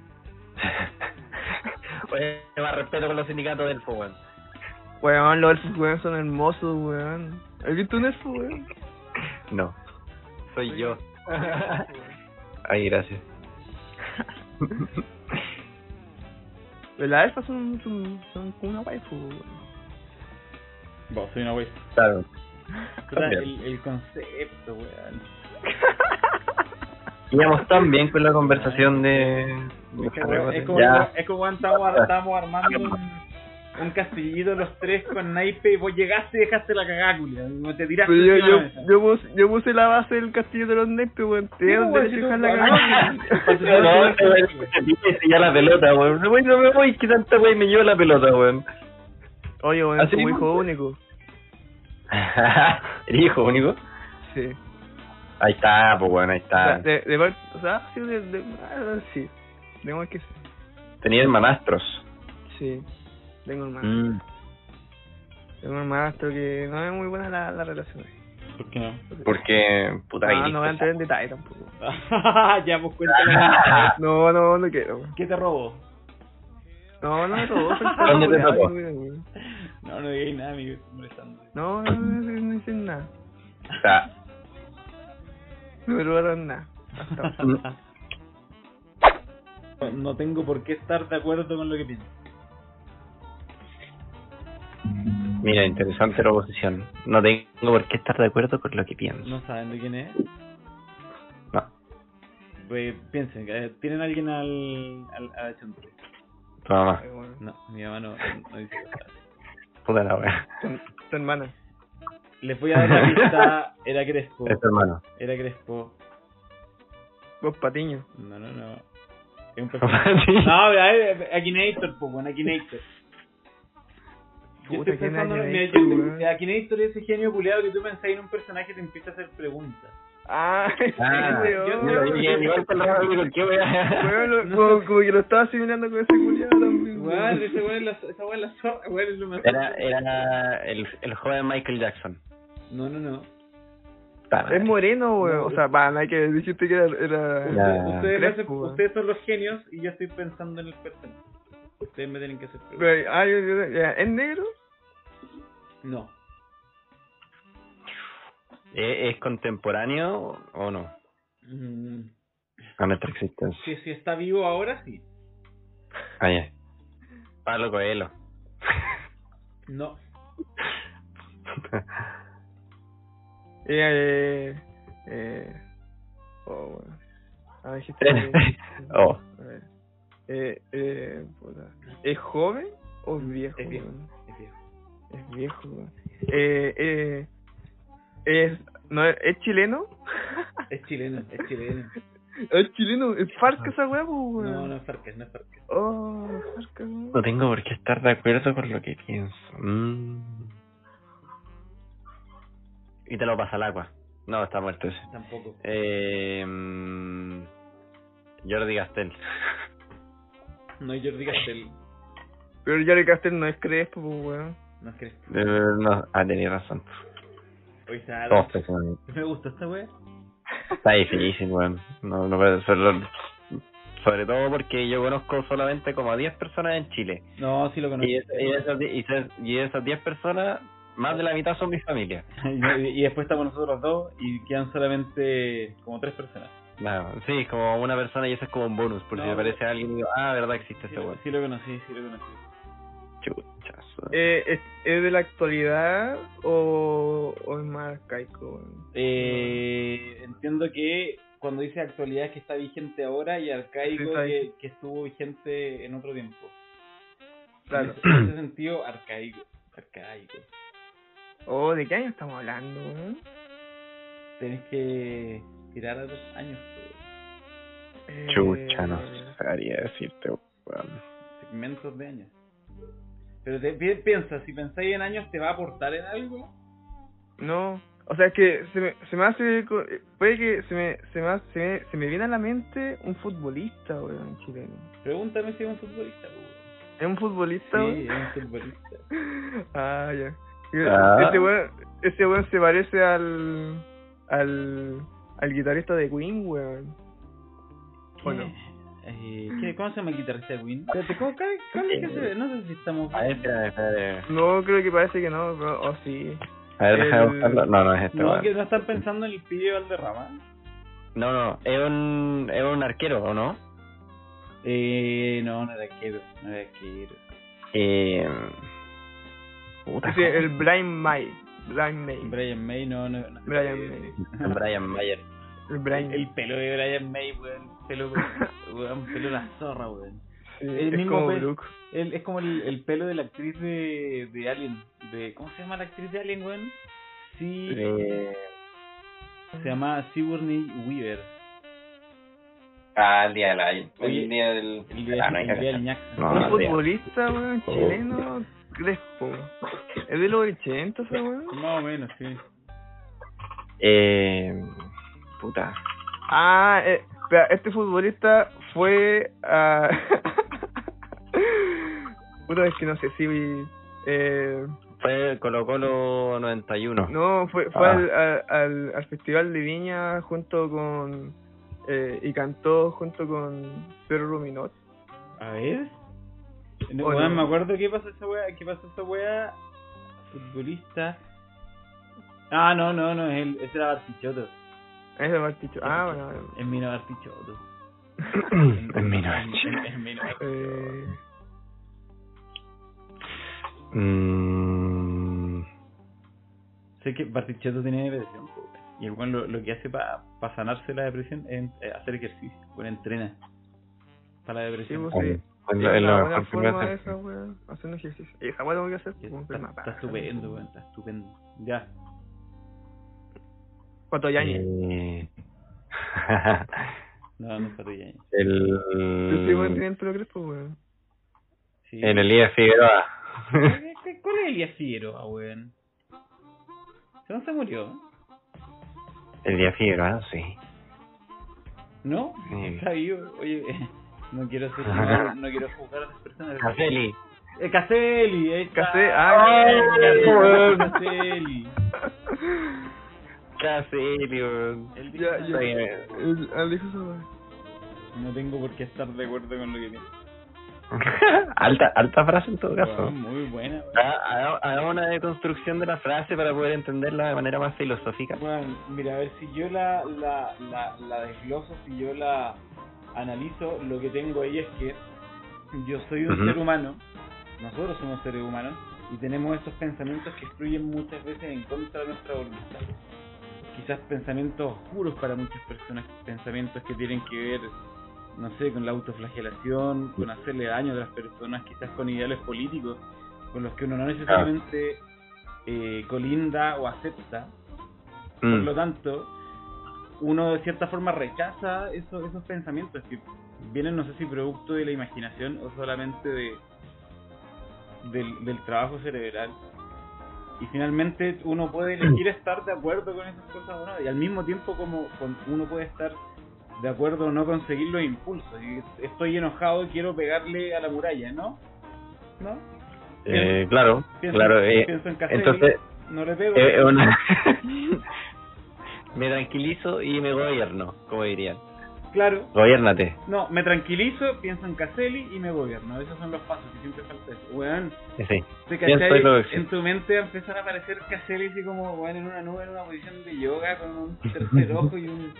Speaker 6: Oye, más respeto con los sindicatos del fútbol.
Speaker 5: Weón, los elfos, weón, son hermosos, weón. ¿Has visto un elfo,
Speaker 4: [LAUGHS]
Speaker 5: weón?
Speaker 6: No. Soy yo. Ay, gracias.
Speaker 5: Pero las elfas son, son, son como una waifu, weón.
Speaker 4: Vos, soy una wey.
Speaker 6: Claro.
Speaker 4: Puta,
Speaker 6: También.
Speaker 4: el, el concepto, weón.
Speaker 6: Íbamos tan bien con la conversación de.
Speaker 4: Es que, weón, Es como,
Speaker 6: ya.
Speaker 4: es como weón, estamos, ar- estamos armando un, un castillito los tres con naipe y vos llegaste y dejaste la cagada, culia. Te tiraste.
Speaker 5: Pero yo,
Speaker 4: encima de la
Speaker 5: yo,
Speaker 4: mesa.
Speaker 5: yo, puse, yo puse la base del castillo de los naipes, weón. Te
Speaker 4: Sí,
Speaker 5: dieron
Speaker 4: weón,
Speaker 5: derecho
Speaker 4: si
Speaker 5: a
Speaker 4: tú-
Speaker 5: dejar la
Speaker 4: ah,
Speaker 5: cagada.
Speaker 4: Entonces,
Speaker 6: No,
Speaker 4: no,
Speaker 6: no, weón, dice ya la pelota, weón. No, weón, no me voy, que tanta weón me llevo la pelota, weón. [LAUGHS]
Speaker 5: Oye, weón,
Speaker 6: Así
Speaker 5: como
Speaker 6: mismo.
Speaker 5: hijo único.
Speaker 6: ¿Eres hijo único?
Speaker 5: Sí.
Speaker 6: Ahí está, pues weón, ahí
Speaker 5: O sea,
Speaker 6: está.
Speaker 5: de, de parte, o sea, sí, de, de, ah, sí. Tengo que
Speaker 6: Tenía hermanastros.
Speaker 5: sí. Tengo un hermano,
Speaker 6: Mm.
Speaker 5: tengo un hermanastro que no es muy buena la, la relación.
Speaker 4: ¿Por qué no?
Speaker 6: Porque, puta,
Speaker 5: Ah,
Speaker 6: ahí
Speaker 5: no voy a entrar en detalle tampoco.
Speaker 4: ya, pues cuéntame.
Speaker 6: Ah.
Speaker 5: No, no, no quiero.
Speaker 4: ¿Qué te robó?
Speaker 5: No, no me robó.
Speaker 6: ¿Dónde te tocó?
Speaker 5: No,
Speaker 4: No, no digáis nada, amigo. Estoy molestando.
Speaker 5: no, no, no, no hice nada.
Speaker 6: está.
Speaker 5: No me robaron nada.
Speaker 6: [LAUGHS]
Speaker 5: Hasta ahora.
Speaker 4: No tengo por qué estar de acuerdo con lo que piensas.
Speaker 6: Mira, interesante la oposición. No tengo por qué estar de acuerdo con lo que pienso.
Speaker 4: ¿No saben de quién es?
Speaker 6: No.
Speaker 4: Pues piensen, eh, ¿tienen alguien al, al, a la chontra?
Speaker 6: Tu mamá,
Speaker 5: Bueno,
Speaker 4: No, mi mamá no, no dice nada.
Speaker 6: puta la wea.
Speaker 5: tu- Tu hermana.
Speaker 4: Les voy a dar
Speaker 6: [LAUGHS]
Speaker 4: la pista, era Crespo,
Speaker 6: Es tu hermano.
Speaker 4: era Crespo.
Speaker 5: Vos, Patiño.
Speaker 4: No, no, no. Es un
Speaker 6: [LAUGHS]
Speaker 4: personaje. No, pero a ver, Akinator, pues, bueno, Akinator. Yo
Speaker 5: Puta,
Speaker 4: estoy
Speaker 5: ¿quién
Speaker 4: pensando,
Speaker 5: es
Speaker 4: mira,
Speaker 5: Akinator,
Speaker 4: yo-
Speaker 5: weón?
Speaker 4: Akinator es ese genio culeado que tú pensás en un personaje y te empieza a hacer preguntas.
Speaker 5: Ah,
Speaker 6: Ah,
Speaker 5: [LAUGHS] sí, weón.
Speaker 4: yo lo dije,
Speaker 6: igual con la con qué
Speaker 4: [LAUGHS]
Speaker 6: wea.
Speaker 5: Weón, lo- como, como que lo estaba asimilando con ese culiado también.
Speaker 4: Weón,
Speaker 5: weón.
Speaker 4: ese weón es la- esa weón es [LAUGHS] la zorra, weón, es lo mejor.
Speaker 6: Era, era el, el joven Michael Jackson.
Speaker 4: No, no, no. Ah,
Speaker 6: Ta madre.
Speaker 5: Es moreno, weón. O sea, va, no hay que dijiste que era.
Speaker 4: Ustedes-
Speaker 5: era...
Speaker 6: Ya.
Speaker 4: Ustedes,
Speaker 5: Crespo, weón.
Speaker 4: ustedes son los genios y yo estoy pensando en el personaje. Ustedes me tienen que hacer
Speaker 5: Weón,
Speaker 4: preguntas.
Speaker 5: ah, yo- yo- ya, ¿Es negro?
Speaker 4: No.
Speaker 6: ¿E- ¿Es, contemporáneo o no?
Speaker 4: Mm,
Speaker 6: A nuestra existencia.
Speaker 4: Si, si está vivo ahora, sí.
Speaker 6: Ah, ya. Pablo Coelho.
Speaker 4: No.
Speaker 5: Eh, eh, eh. Oh, weón. Ah, dijiste.
Speaker 4: [LAUGHS]
Speaker 6: oh,
Speaker 5: A ver. Eh, eh, puta. ¿Es joven o es viejo?
Speaker 4: Mm, es viejo.
Speaker 5: weón?
Speaker 4: Es viejo.
Speaker 5: Es viejo, weón. Eh, eh. Es, no, ¿Es chileno?
Speaker 4: Es chileno, es chileno.
Speaker 5: ¿Es chileno? ¿Es farca esa weá, po, weón?
Speaker 4: No, no es Farques, no es Farques.
Speaker 5: Oh, farca, weón.
Speaker 6: no tengo por qué estar de acuerdo con lo que pienso. Mm. Y te lo pasa al agua. No, está muerto ese.
Speaker 4: Tampoco.
Speaker 6: Eh, mm, Jordi Gastel.
Speaker 4: No es Jordi Castel.
Speaker 5: Pero Jerry Castel no es Crespo, po, weón.
Speaker 4: No es Crespo.
Speaker 6: [LAUGHS] Eh, no, ah, tenéis razón.
Speaker 4: Hoy está.
Speaker 6: Todos pésimos.
Speaker 4: Me gusta esta wea.
Speaker 6: Está difícil, weón. No, no puede ser. lo- Sobre todo porque yo conozco solamente como a 10 personas en Chile.
Speaker 4: No, sí lo conozco.
Speaker 6: Y, es- y esas, die- y esas- y esas 10 personas, más de la mitad son mi familia.
Speaker 4: y, y después estamos nosotros dos y quedan solamente como tres personas.
Speaker 6: No, sí, es como una persona y eso es como un bonus. Por si
Speaker 4: No.
Speaker 6: me aparece alguien y digo, ah, verdad existe
Speaker 4: Sí,
Speaker 6: este
Speaker 4: lo-
Speaker 6: weón.
Speaker 4: sí lo conocí, sí lo conocí.
Speaker 6: Chuchas.
Speaker 5: Eh, ¿es, ¿Es de la actualidad o, o es más arcaico, weón?
Speaker 4: Eh, entiendo que cuando dice actualidad es que está vigente ahora y
Speaker 5: Sí,
Speaker 4: arcaico
Speaker 5: está
Speaker 4: que, que estuvo vigente en otro tiempo.
Speaker 5: Claro. [CLEARS THROAT]
Speaker 4: En ese sentido, arcaico. Arcaico.
Speaker 5: Oh, ¿de qué año estamos hablando, weón?
Speaker 4: Tenés que tirar a dos años. po.
Speaker 5: Eh,
Speaker 6: Chucha, no sabría decirte, weón.
Speaker 4: Segmentos de años. Pero te, pi- piensa, si pensáis en años, ¿te va a aportar en algo?
Speaker 5: No, o sea, es que se me, se me hace. co- eh, Puede que se me, se, me, hace- se, me, se me viene a la mente un futbolista, weón, chileno.
Speaker 4: Pregúntame si es un futbolista. po.
Speaker 5: ¿Es un futbolista,
Speaker 4: Sí,
Speaker 5: weón?
Speaker 4: es un futbolista.
Speaker 5: [LAUGHS] Ah, ya.
Speaker 6: Ah.
Speaker 5: Ese weón, ese weón se parece al. al. al guitarrista de Queen, weón. Bueno.
Speaker 4: Eh, ¿qué- ¿Cómo se llama el guitarrista de Win? Espérate, ¿cómo- cuál- cuál es que se- No sé si estamos...
Speaker 6: A ver, espérame, espérame.
Speaker 5: No, creo que parece que no, pero. Oh, sí.
Speaker 6: A ver, déjame
Speaker 5: El-
Speaker 6: buscarlo. No, no es este,
Speaker 4: No,
Speaker 6: weón.
Speaker 4: que no están pensando en el pibe Valderrama.
Speaker 6: No, no, es un, es un arquero, ¿o no?
Speaker 4: Eh, no, no era quiero, no era quiero.
Speaker 6: Eh, puta,
Speaker 5: Dice el Blind May. Blind May.
Speaker 4: Brian May, no, no. no
Speaker 5: Brian May.
Speaker 6: Brian Mayer.
Speaker 5: El Blind
Speaker 4: El pelo de Brian May, weón. Pelo, weón, pelo la zorra, weón.
Speaker 5: sí, es
Speaker 4: el mismo
Speaker 5: como
Speaker 4: pe-
Speaker 5: Brooke.
Speaker 4: Él, es como el, el pelo de la actriz de, de Alien. De, ¿Cómo se llama la actriz de Alien, weón? Sí,
Speaker 6: Eh,
Speaker 4: se llama Sigourney Weaver.
Speaker 6: ah, el día de la. El día del.
Speaker 4: El día,
Speaker 6: Ah, no,
Speaker 4: el
Speaker 6: ya
Speaker 4: día del
Speaker 6: caché.
Speaker 4: ñaca.
Speaker 6: No,
Speaker 5: Un
Speaker 6: no, ya.
Speaker 5: futbolista, weón, chileno, Crespo. Es de los 80, ese weón.
Speaker 4: Más o menos, sí.
Speaker 6: Eh, puta.
Speaker 5: Ah, eh, espera, este futbolista fue a. [LAUGHS] Puta, es que no sé si. Eh,
Speaker 6: Fue Colo Colo 91.
Speaker 5: no, fue, fue
Speaker 6: Ah.
Speaker 5: al, al, al- al Festival de Viña junto con. Eh, y cantó junto con Pedro Ruminot.
Speaker 4: A ver. No,
Speaker 5: Oye.
Speaker 4: weón, me acuerdo qué pasó esa weá, qué pasó esa weá futbolista. Ah, no, no, no, es el, ese era Bartichotto.
Speaker 5: Ahí se me ha dicho. Ah, bueno, bueno.
Speaker 4: Es Mino Bartichotto.
Speaker 6: en mi noche.
Speaker 4: Es- es Mino Bartichotto.
Speaker 5: Eh,
Speaker 6: Mm,
Speaker 4: Sé que Bartichotto tiene depresión, po, weón. y el weón lo, lo que hace para sanarse la depresión es eh, hacer ejercicio, bueno, entrena para la
Speaker 5: sí,
Speaker 4: depresión.
Speaker 5: pues sí.
Speaker 6: es
Speaker 5: Es
Speaker 6: lo- es lo
Speaker 5: la
Speaker 6: mejor
Speaker 5: buena
Speaker 6: que puede
Speaker 5: forma de
Speaker 6: hacer.
Speaker 5: esa weón, hacer un ejercicio. Y esa weón tengo que hacer.
Speaker 4: Y
Speaker 5: como
Speaker 4: está,
Speaker 5: enferma,
Speaker 4: está
Speaker 5: paja.
Speaker 4: estupendo, weón, está estupendo. Ya,
Speaker 5: Pato Yañez.
Speaker 6: Eh, [LAUGHS]
Speaker 4: no, no está bien.
Speaker 5: El tipo que
Speaker 6: el,
Speaker 5: tiene el pelo crespo, weón.
Speaker 4: Sí.
Speaker 6: el Elías Figueroa.
Speaker 4: ¿Cuál es Elías Figueroa, weón? ¿Se no se murió?
Speaker 6: Elías Figueroa, sí.
Speaker 4: ¿No?
Speaker 6: Sí.
Speaker 4: Está vivo. Oye, [LAUGHS] eh, no quiero
Speaker 6: [LAUGHS]
Speaker 4: hacer, no, no quiero juzgar a las personas.
Speaker 6: Caselli.
Speaker 4: Eh, Caselli, ahí está.
Speaker 5: Casé- ah,
Speaker 4: Caselli,
Speaker 5: weón. [LAUGHS]
Speaker 4: Caselli.
Speaker 6: Caselli, weón.
Speaker 4: Él dijo,
Speaker 5: Ya, ya.
Speaker 6: Oye,
Speaker 5: Él él dijo eso, weón.
Speaker 4: No tengo por qué estar de acuerdo con lo que piensa.
Speaker 6: [LAUGHS] alta, alta frase en todo caso.
Speaker 4: Weón, Muy buena, weón.
Speaker 6: Ah, Hagamos hagamos una deconstrucción de la frase para poder entenderla de manera más filosófica.
Speaker 4: Bueno, mira, a ver, si yo la, la, la, la desgloso, si yo la analizo, lo que tengo ahí es que yo soy un
Speaker 6: Ujú.
Speaker 4: ser humano, nosotros somos seres humanos, y tenemos estos pensamientos que fluyen muchas veces en contra de nuestra voluntad. Quizás pensamientos oscuros para muchas personas, pensamientos que tienen que ver, no sé, con la autoflagelación, con hacerle daño a las personas, quizás con ideales políticos, con los que uno no necesariamente eh, colinda o acepta. Por
Speaker 6: Mm.
Speaker 4: lo tanto, uno de cierta forma rechaza esos, esos pensamientos que vienen, no sé si producto de la imaginación o solamente de del, del trabajo cerebral. Y finalmente uno puede
Speaker 6: [CLEARS THROAT]
Speaker 4: elegir estar de acuerdo con esas cosas o no, y al mismo tiempo como con- uno puede estar de acuerdo o no conseguir los impulsos. Y estoy enojado, quiero pegarle a la muralla, ¿no? ¿No?
Speaker 6: Eh, claro, claro. eh,
Speaker 4: pienso en Caselli,
Speaker 6: entonces,
Speaker 4: no le pego.
Speaker 6: eh, es una- [LAUGHS] me tranquilizo y me gobierno, como dirían.
Speaker 4: Claro,
Speaker 6: Gobiernate.
Speaker 4: No, me tranquilizo, pienso en Caselli y me gobierno. Esos son los pasos que siempre falta eso. Weón,
Speaker 6: Sí.
Speaker 4: ¿te
Speaker 6: Pienso
Speaker 4: cachai?
Speaker 6: en lo que-
Speaker 4: En tu mente va a empezar a aparecer Caselli así como, weón, en una nube, en una posición de yoga, con un tercer ojo y un,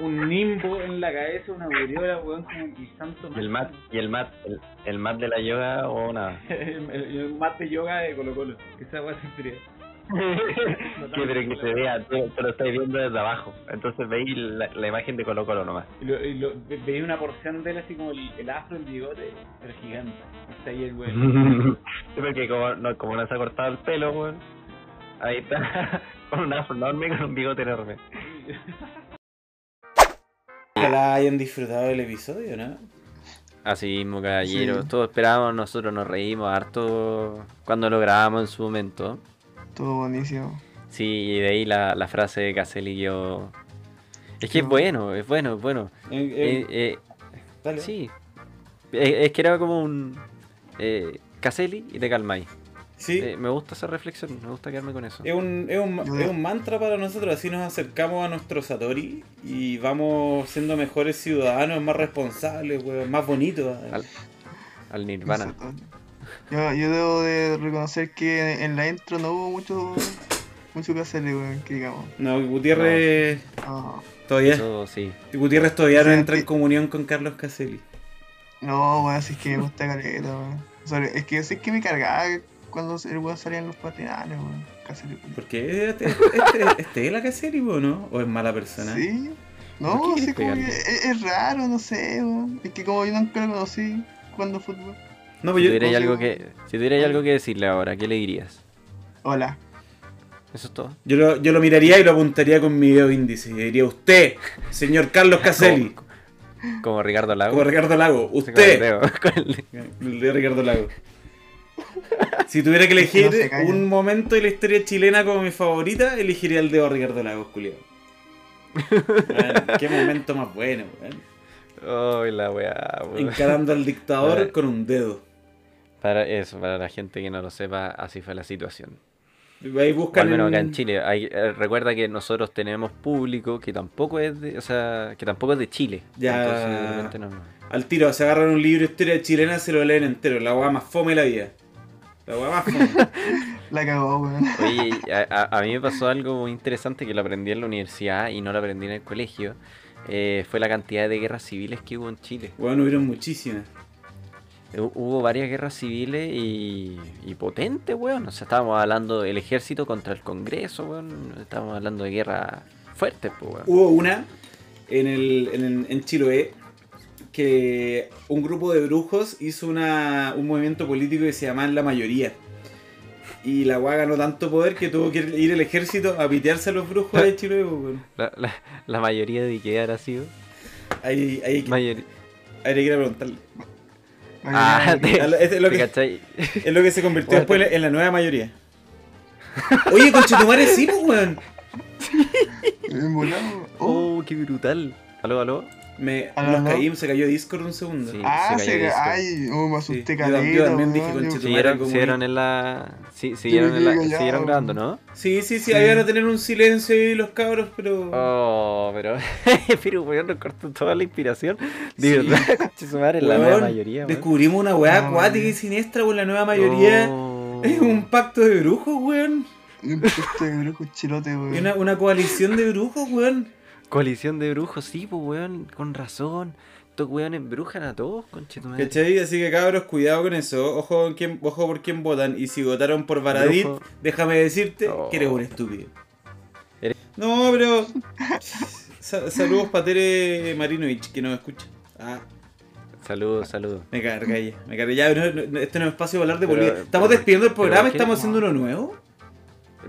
Speaker 4: un nimbo en la cabeza, una aureola, weón, como el santo
Speaker 6: Y el mat, y el mat, el, el mat de la yoga o nada.
Speaker 4: [LAUGHS] el, el- el mat de yoga de Colo Colo. Esa weón siempre es.
Speaker 6: que, pero que se vea, tú, tú lo estás viendo desde abajo. Entonces veis la, la imagen de Colo Colo [LAUGHS] nomás.
Speaker 4: Y, lo, y lo, ve- veía una porción de él así como el, el afro, el bigote, pero gigante. Está ahí el weón.
Speaker 6: Sí, Porque como no, como no se ha cortado el pelo, weón. Ahí está, [LAUGHS] con un afro enorme y con un bigote enorme.
Speaker 1: Ojalá hayan disfrutado del episodio, ¿no?
Speaker 2: Así mismo, caballeros.
Speaker 3: Sí.
Speaker 2: Todos esperábamos, nosotros nos reímos harto cuando lo grabamos en su momento.
Speaker 3: Todo buenísimo.
Speaker 2: Sí, y de ahí la, la frase de Caselli yo... Es que es
Speaker 3: No.
Speaker 2: bueno, es bueno, es bueno.
Speaker 1: Eh, eh,
Speaker 2: Eh, eh,
Speaker 1: dale.
Speaker 2: sí. Eh, es que era como un... Eh, Caselli y te calmáis.
Speaker 1: Sí, Eh,
Speaker 2: Eh, me gusta esa reflexión, me gusta quedarme con eso.
Speaker 1: Es un, es, un, es un mantra para nosotros, así nos acercamos a nuestro Satori y vamos siendo mejores ciudadanos, más responsables, weón, más bonitos.
Speaker 2: Al- Al Nirvana.
Speaker 3: Exacto. Yo, yo debo de reconocer que en la intro no hubo mucho mucho que hacerle, weón, que digamos.
Speaker 1: No, Gutiérrez
Speaker 3: No.
Speaker 1: todavía
Speaker 2: Eso sí.
Speaker 1: Gutiérrez todavía no
Speaker 3: Sí,
Speaker 1: entra en
Speaker 3: sí.
Speaker 1: comunión con Carlos Caselli.
Speaker 3: No, weón, si es que me gusta caleta, weón. Sobre- es que si es que me cargaba cuando el weón salía en los patinanes, weón. Casi le ponía.
Speaker 1: Porque
Speaker 3: [LAUGHS]
Speaker 1: este, este, este es la Caseri, po, ¿no? ¿O es mala persona?
Speaker 3: Sí.
Speaker 1: ¿Por
Speaker 3: No,
Speaker 1: qué
Speaker 3: sí,
Speaker 1: quieres
Speaker 3: como
Speaker 1: pegarle?
Speaker 3: que es, es raro, no sé, weón. Es que como yo nunca lo conocí jugando fútbol.
Speaker 1: No,
Speaker 2: Si
Speaker 1: pero yo,
Speaker 2: tuvierais
Speaker 3: yo-
Speaker 2: algo que, si tuvierais algo que decirle ahora, ¿qué le dirías?
Speaker 3: Hola.
Speaker 2: Eso es todo.
Speaker 1: yo lo, yo lo miraría y lo apuntaría con mi dedo índice. Y diría, usted, señor Carlos Caseri.
Speaker 2: [LAUGHS] Como, como Ricardo Lago.
Speaker 1: Como Ricardo Lago,
Speaker 2: Sí, con el
Speaker 1: usted.
Speaker 2: dedo, con el-
Speaker 1: El de Ricardo Lago. Si tuviera que elegir
Speaker 3: No se calla.
Speaker 1: un momento de la historia chilena como mi favorita, elegiría el de Ricardo Lago, culiao. Weón, qué momento más bueno, weón.
Speaker 2: [LAUGHS] Ay, la weá, weón.
Speaker 1: Encarando al dictador
Speaker 2: Vale.
Speaker 1: con un dedo.
Speaker 2: Para eso, para la gente que no lo sepa, así fue la situación.
Speaker 1: Ahí
Speaker 2: O
Speaker 1: buscan.
Speaker 2: al menos acá en
Speaker 1: en-
Speaker 2: Chile. Hay- eh, recuerda que nosotros tenemos público que tampoco es de, o sea, que tampoco es de Chile.
Speaker 1: Ya.
Speaker 2: Entonces, de repente no-
Speaker 1: Al tiro, se agarran un libro de historia chilena, se lo leen entero. La weá más fome de la vida. La weá más
Speaker 2: [LAUGHS]
Speaker 1: fome.
Speaker 3: La cagó, weón.
Speaker 2: Oye, y a, a- a mí me pasó algo muy interesante que lo aprendí en la universidad y no lo aprendí en el colegio. Eh, fue la cantidad de guerras civiles que hubo en Chile.
Speaker 1: Bueno, hubieron muchísimas.
Speaker 2: Eh, Hu- Hubo varias guerras civiles y, y potente, weón. O sea, estábamos hablando del ejército contra el Congreso, weón. Estábamos hablando de guerras fuertes, pues, weón.
Speaker 1: Hubo una en, el, en, el- en Chiloé que un grupo de brujos hizo una, un movimiento político que se llamaba La Mayoría. Y la weá ganó tanto poder que tuvo que ir el ejército a pitearse a los brujos de Chiloé. pues, weón.
Speaker 2: La, la- la mayoría de Ikea habrá sido.
Speaker 1: Ahí, ahí,
Speaker 2: Mayor...
Speaker 1: habría que ir a preguntarle.
Speaker 2: Ah,
Speaker 1: [LAUGHS]
Speaker 2: te,
Speaker 1: A lo- Es lo
Speaker 2: te
Speaker 1: que,
Speaker 2: cachai.
Speaker 1: es lo que se convirtió después en la nueva mayoría. Oye, conchetumare sí, pues, weón.
Speaker 3: En volado, weón.
Speaker 1: Uh.
Speaker 3: Oh.
Speaker 2: Oh, qué brutal. ¿Aló, aló?
Speaker 1: Me,
Speaker 3: Aló,
Speaker 1: nos
Speaker 3: aló.
Speaker 1: caí, se cayó Discord un segundo.
Speaker 2: Sí.
Speaker 3: ah,
Speaker 2: se
Speaker 3: se
Speaker 2: cayó
Speaker 3: ca-
Speaker 2: esto.
Speaker 3: Ay, oh, me
Speaker 1: Sí,
Speaker 3: asusté
Speaker 1: yo
Speaker 3: caleta,
Speaker 1: también- yo también dije,
Speaker 3: weón.
Speaker 1: conchetumare.
Speaker 2: Siguieron,
Speaker 1: como
Speaker 2: siguieron
Speaker 1: un-
Speaker 2: en la. Sí, siguieron, en la...
Speaker 3: digo ya,
Speaker 2: siguieron grabando, ¿no?
Speaker 1: Sí, sí, sí,
Speaker 3: Sí.
Speaker 1: ahí van a tener un silencio y los cabros, pero.
Speaker 2: Oh, pero. [LAUGHS] pero, weón, nos cortó toda la inspiración. De
Speaker 1: Sí.
Speaker 2: verdad, [LAUGHS] conche su madre, la nueva
Speaker 1: Weón,
Speaker 2: mayoría, weón.
Speaker 1: Descubrimos una weá
Speaker 3: No,
Speaker 1: acuática
Speaker 3: weón.
Speaker 1: y siniestra, weón. La nueva mayoría
Speaker 2: Oh.
Speaker 1: es un pacto de brujos, weón.
Speaker 3: Y un puesto de brujo chilote, weón.
Speaker 1: Y una, una coalición de brujos, weón.
Speaker 2: Coalición de brujos, sí, pues, weón, con razón. Estos weones embrujan a todos, conchetumadre.
Speaker 1: ¿Cachai? Así que cabros, cuidado con eso. Ojo, con quién, ojo por quién votan. Y si votaron por Baradit,
Speaker 2: Brujo.
Speaker 1: déjame decirte
Speaker 2: Oh.
Speaker 1: que eres un estúpido.
Speaker 2: Eres-
Speaker 1: No, pero. Sa- saludos para Tere Marinovich, que nos escucha. Ah.
Speaker 2: Saludos, saludos.
Speaker 1: Me carga ya, me carga ya. no, no, no, este no es espacio para hablar de
Speaker 2: Pero-
Speaker 1: política. Estamos
Speaker 2: pero-
Speaker 1: despidiendo el
Speaker 2: pero
Speaker 1: programa,
Speaker 2: ¿qué-
Speaker 1: estamos haciendo uno nuevo.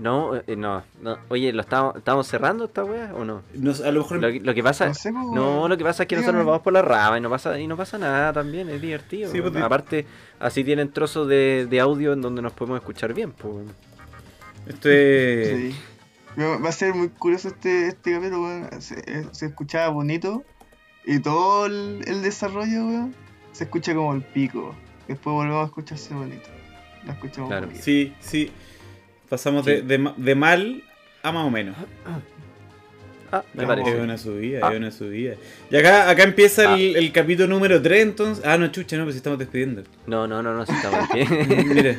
Speaker 2: No, eh, no, no. Oye, ¿lo estamos, estamos cerrando esta weá o no?
Speaker 1: Nos- a lo mejor.
Speaker 2: Lo, que- lo que pasa.
Speaker 3: No sé, po,
Speaker 2: No,
Speaker 3: weón.
Speaker 2: lo que pasa es que nosotros
Speaker 3: Dígame.
Speaker 2: nos vamos por la rama y no pasa, y no pasa nada también, es divertido.
Speaker 1: Sí,
Speaker 2: weón.
Speaker 1: pues, di-
Speaker 2: Aparte, así tienen trozos de, de audio en donde nos podemos escuchar bien. Pues. weón.
Speaker 1: Esto es.
Speaker 3: Sí. Va va a ser muy curioso este, este capítulo, weón. Se, eh, se escuchaba bonito y todo el, el desarrollo, weón, se escucha como el pico. Después volvemos a escucharse bonito. La escuchamos
Speaker 2: Claro.
Speaker 3: bonito.
Speaker 1: Sí, sí. Pasamos
Speaker 2: Sí.
Speaker 1: De, de ma- de mal a más o menos.
Speaker 2: Ah, me
Speaker 3: Ya,
Speaker 2: parece.
Speaker 1: Es una subida,
Speaker 2: Ah.
Speaker 1: es una subida. Y acá, acá empieza el, el capítulo número 3, entonces. Ah, no, chucha, no, pues estamos despidiendo.
Speaker 2: No, no, no, no, si estamos
Speaker 1: [LAUGHS]
Speaker 2: bien. Eh,
Speaker 1: Mira.